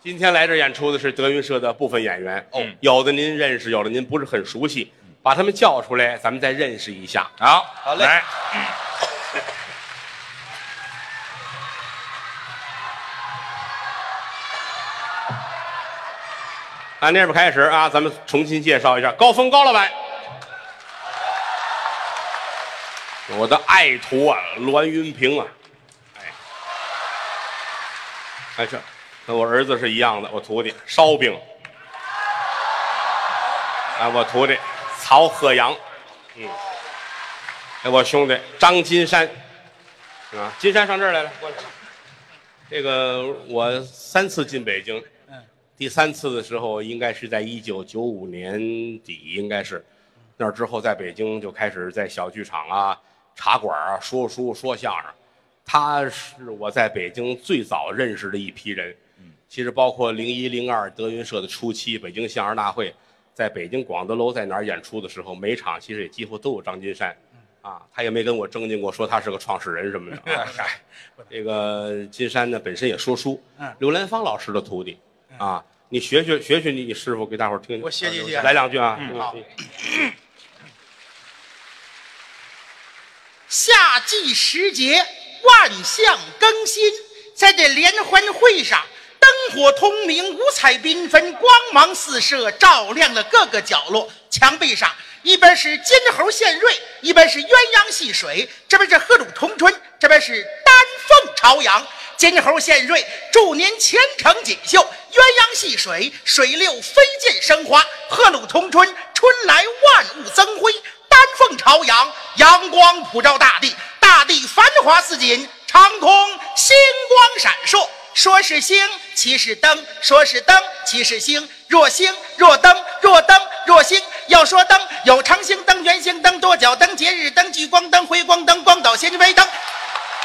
今天来这儿演出的是德云社的部分演员，
哦
有的您认识，有的您不是很熟悉，把他们叫出来，咱们再认识一下。
好，
好嘞
来，
按那边开始啊，咱们重新介绍一下高峰高老板，我的爱徒啊，栾云平啊，哎，哎这跟我儿子是一样的，我徒弟烧饼，哎，我徒弟曹鹤阳，嗯，哎，我兄弟张金山，啊，金山上这儿来了，过来。这个我三次进北京，第三次的时候应该是在一九九五年底，应该是那儿之后，在北京就开始在小剧场啊、茶馆啊说书、说相声。他是我在北京最早认识的一批人，其实包括零一零二德云社的初期，北京相声大会，在北京广德楼在哪儿演出的时候，每场其实也几乎都有张金山，啊，他也没跟我争进过，说他是个创始人什么的。啊嗨这个金山呢，本身也说书，刘兰芳老师的徒弟，啊，你学学学学你你师傅，给大伙儿听听。
我学习学习
来两句啊。
好
嗯
夏季时节，万象更新，在这联欢会上，灯火通明，五彩缤纷，光芒四射，照亮了各个角落。墙壁上，一边是金猴献瑞，一边是鸳鸯戏水，这边是鹤唳铜春，这边是丹凤朝阳。监侯献瑞，祝您前程锦绣，鸳鸯戏水，水六飞溅生花，鹤弩同春，春来万物增辉，丹凤朝阳，阳光普照大地，大地繁华似锦，长空星光闪烁。说是星，其是灯；说是灯，其是星。若星若灯，若灯若星。要说灯，有长星灯、圆形灯、多角灯、节日灯、聚光灯、回光灯、光导纤维灯。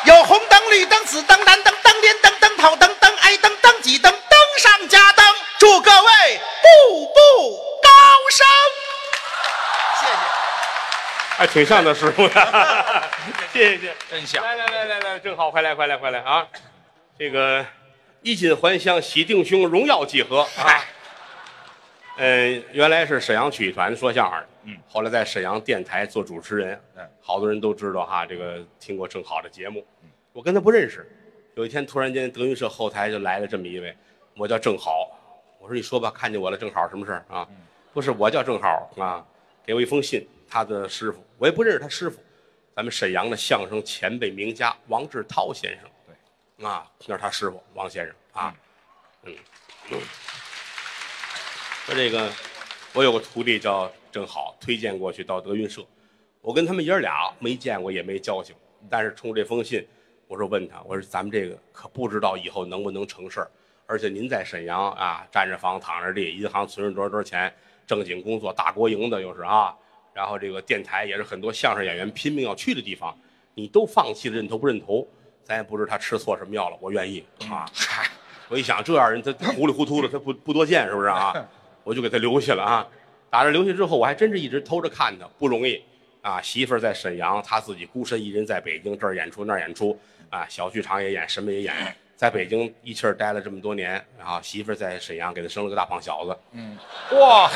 有红灯、绿灯、紫灯、蓝灯、灯连灯、灯套灯、灯挨灯、灯几灯，灯上加灯。祝各位步步高升！谢谢。
还挺像的师傅的，谢谢。
真像
来来来来来，正好，快来快来快来啊！这个衣锦还乡，喜定兄，荣耀几何啊！嗯，原来是沈阳曲艺团说相声的，嗯，后来在沈阳电台做主持人，
嗯，
好多人都知道哈，这个听过正好的节目，我跟他不认识，有一天突然间德云社后台就来了这么一位，我叫正好，我说你说吧，看见我了，正好什么事儿啊？不是我叫正好啊，给我一封信，他的师傅，我也不认识他师傅，咱们沈阳的相声前辈名家王志涛先生。啊，那是他师傅王先生啊，嗯，说这个，我有个徒弟叫郑好，推荐过去到德云社，我跟他们爷儿俩没见过也没交情，但是冲这封信，我说问他，我说咱们这个可不知道以后能不能成事儿，而且您在沈阳啊，占着房躺着地，银行存着多少多少钱，正经工作，大国营的又是啊，然后这个电台也是很多相声演员拼命要去的地方，你都放弃了，认头不认头？咱也不知道他吃错什么药了，我愿意啊。我一想这样人，他糊里糊涂的，他不不多见是不是啊？我就给他留下了啊。打这留下之后，我还真是一直偷着看他，不容易啊。媳妇儿在沈阳，他自己孤身一人在北京，这儿演出那儿演出啊，小剧场也演，什么也演。在北京一气儿待了这么多年，然后媳妇儿在沈阳给他生了个大胖小子，
哇，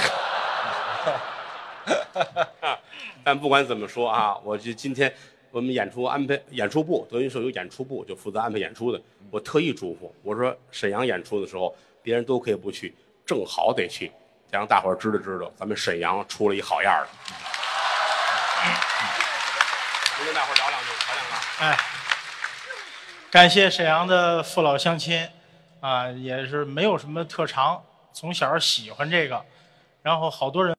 但不管怎么说啊，我就今天我们演出安排演出部，德云社有演出部，就负责安排演出的。我特意嘱咐我说，沈阳演出的时候，别人都可以不去，正好得去，得让大伙儿知道知道，咱们沈阳出了一好样儿的。您跟大伙儿聊两句，聊两句。
哎，感谢沈阳的父老乡亲，啊，也是没有什么特长，从小喜欢这个，然后好多人。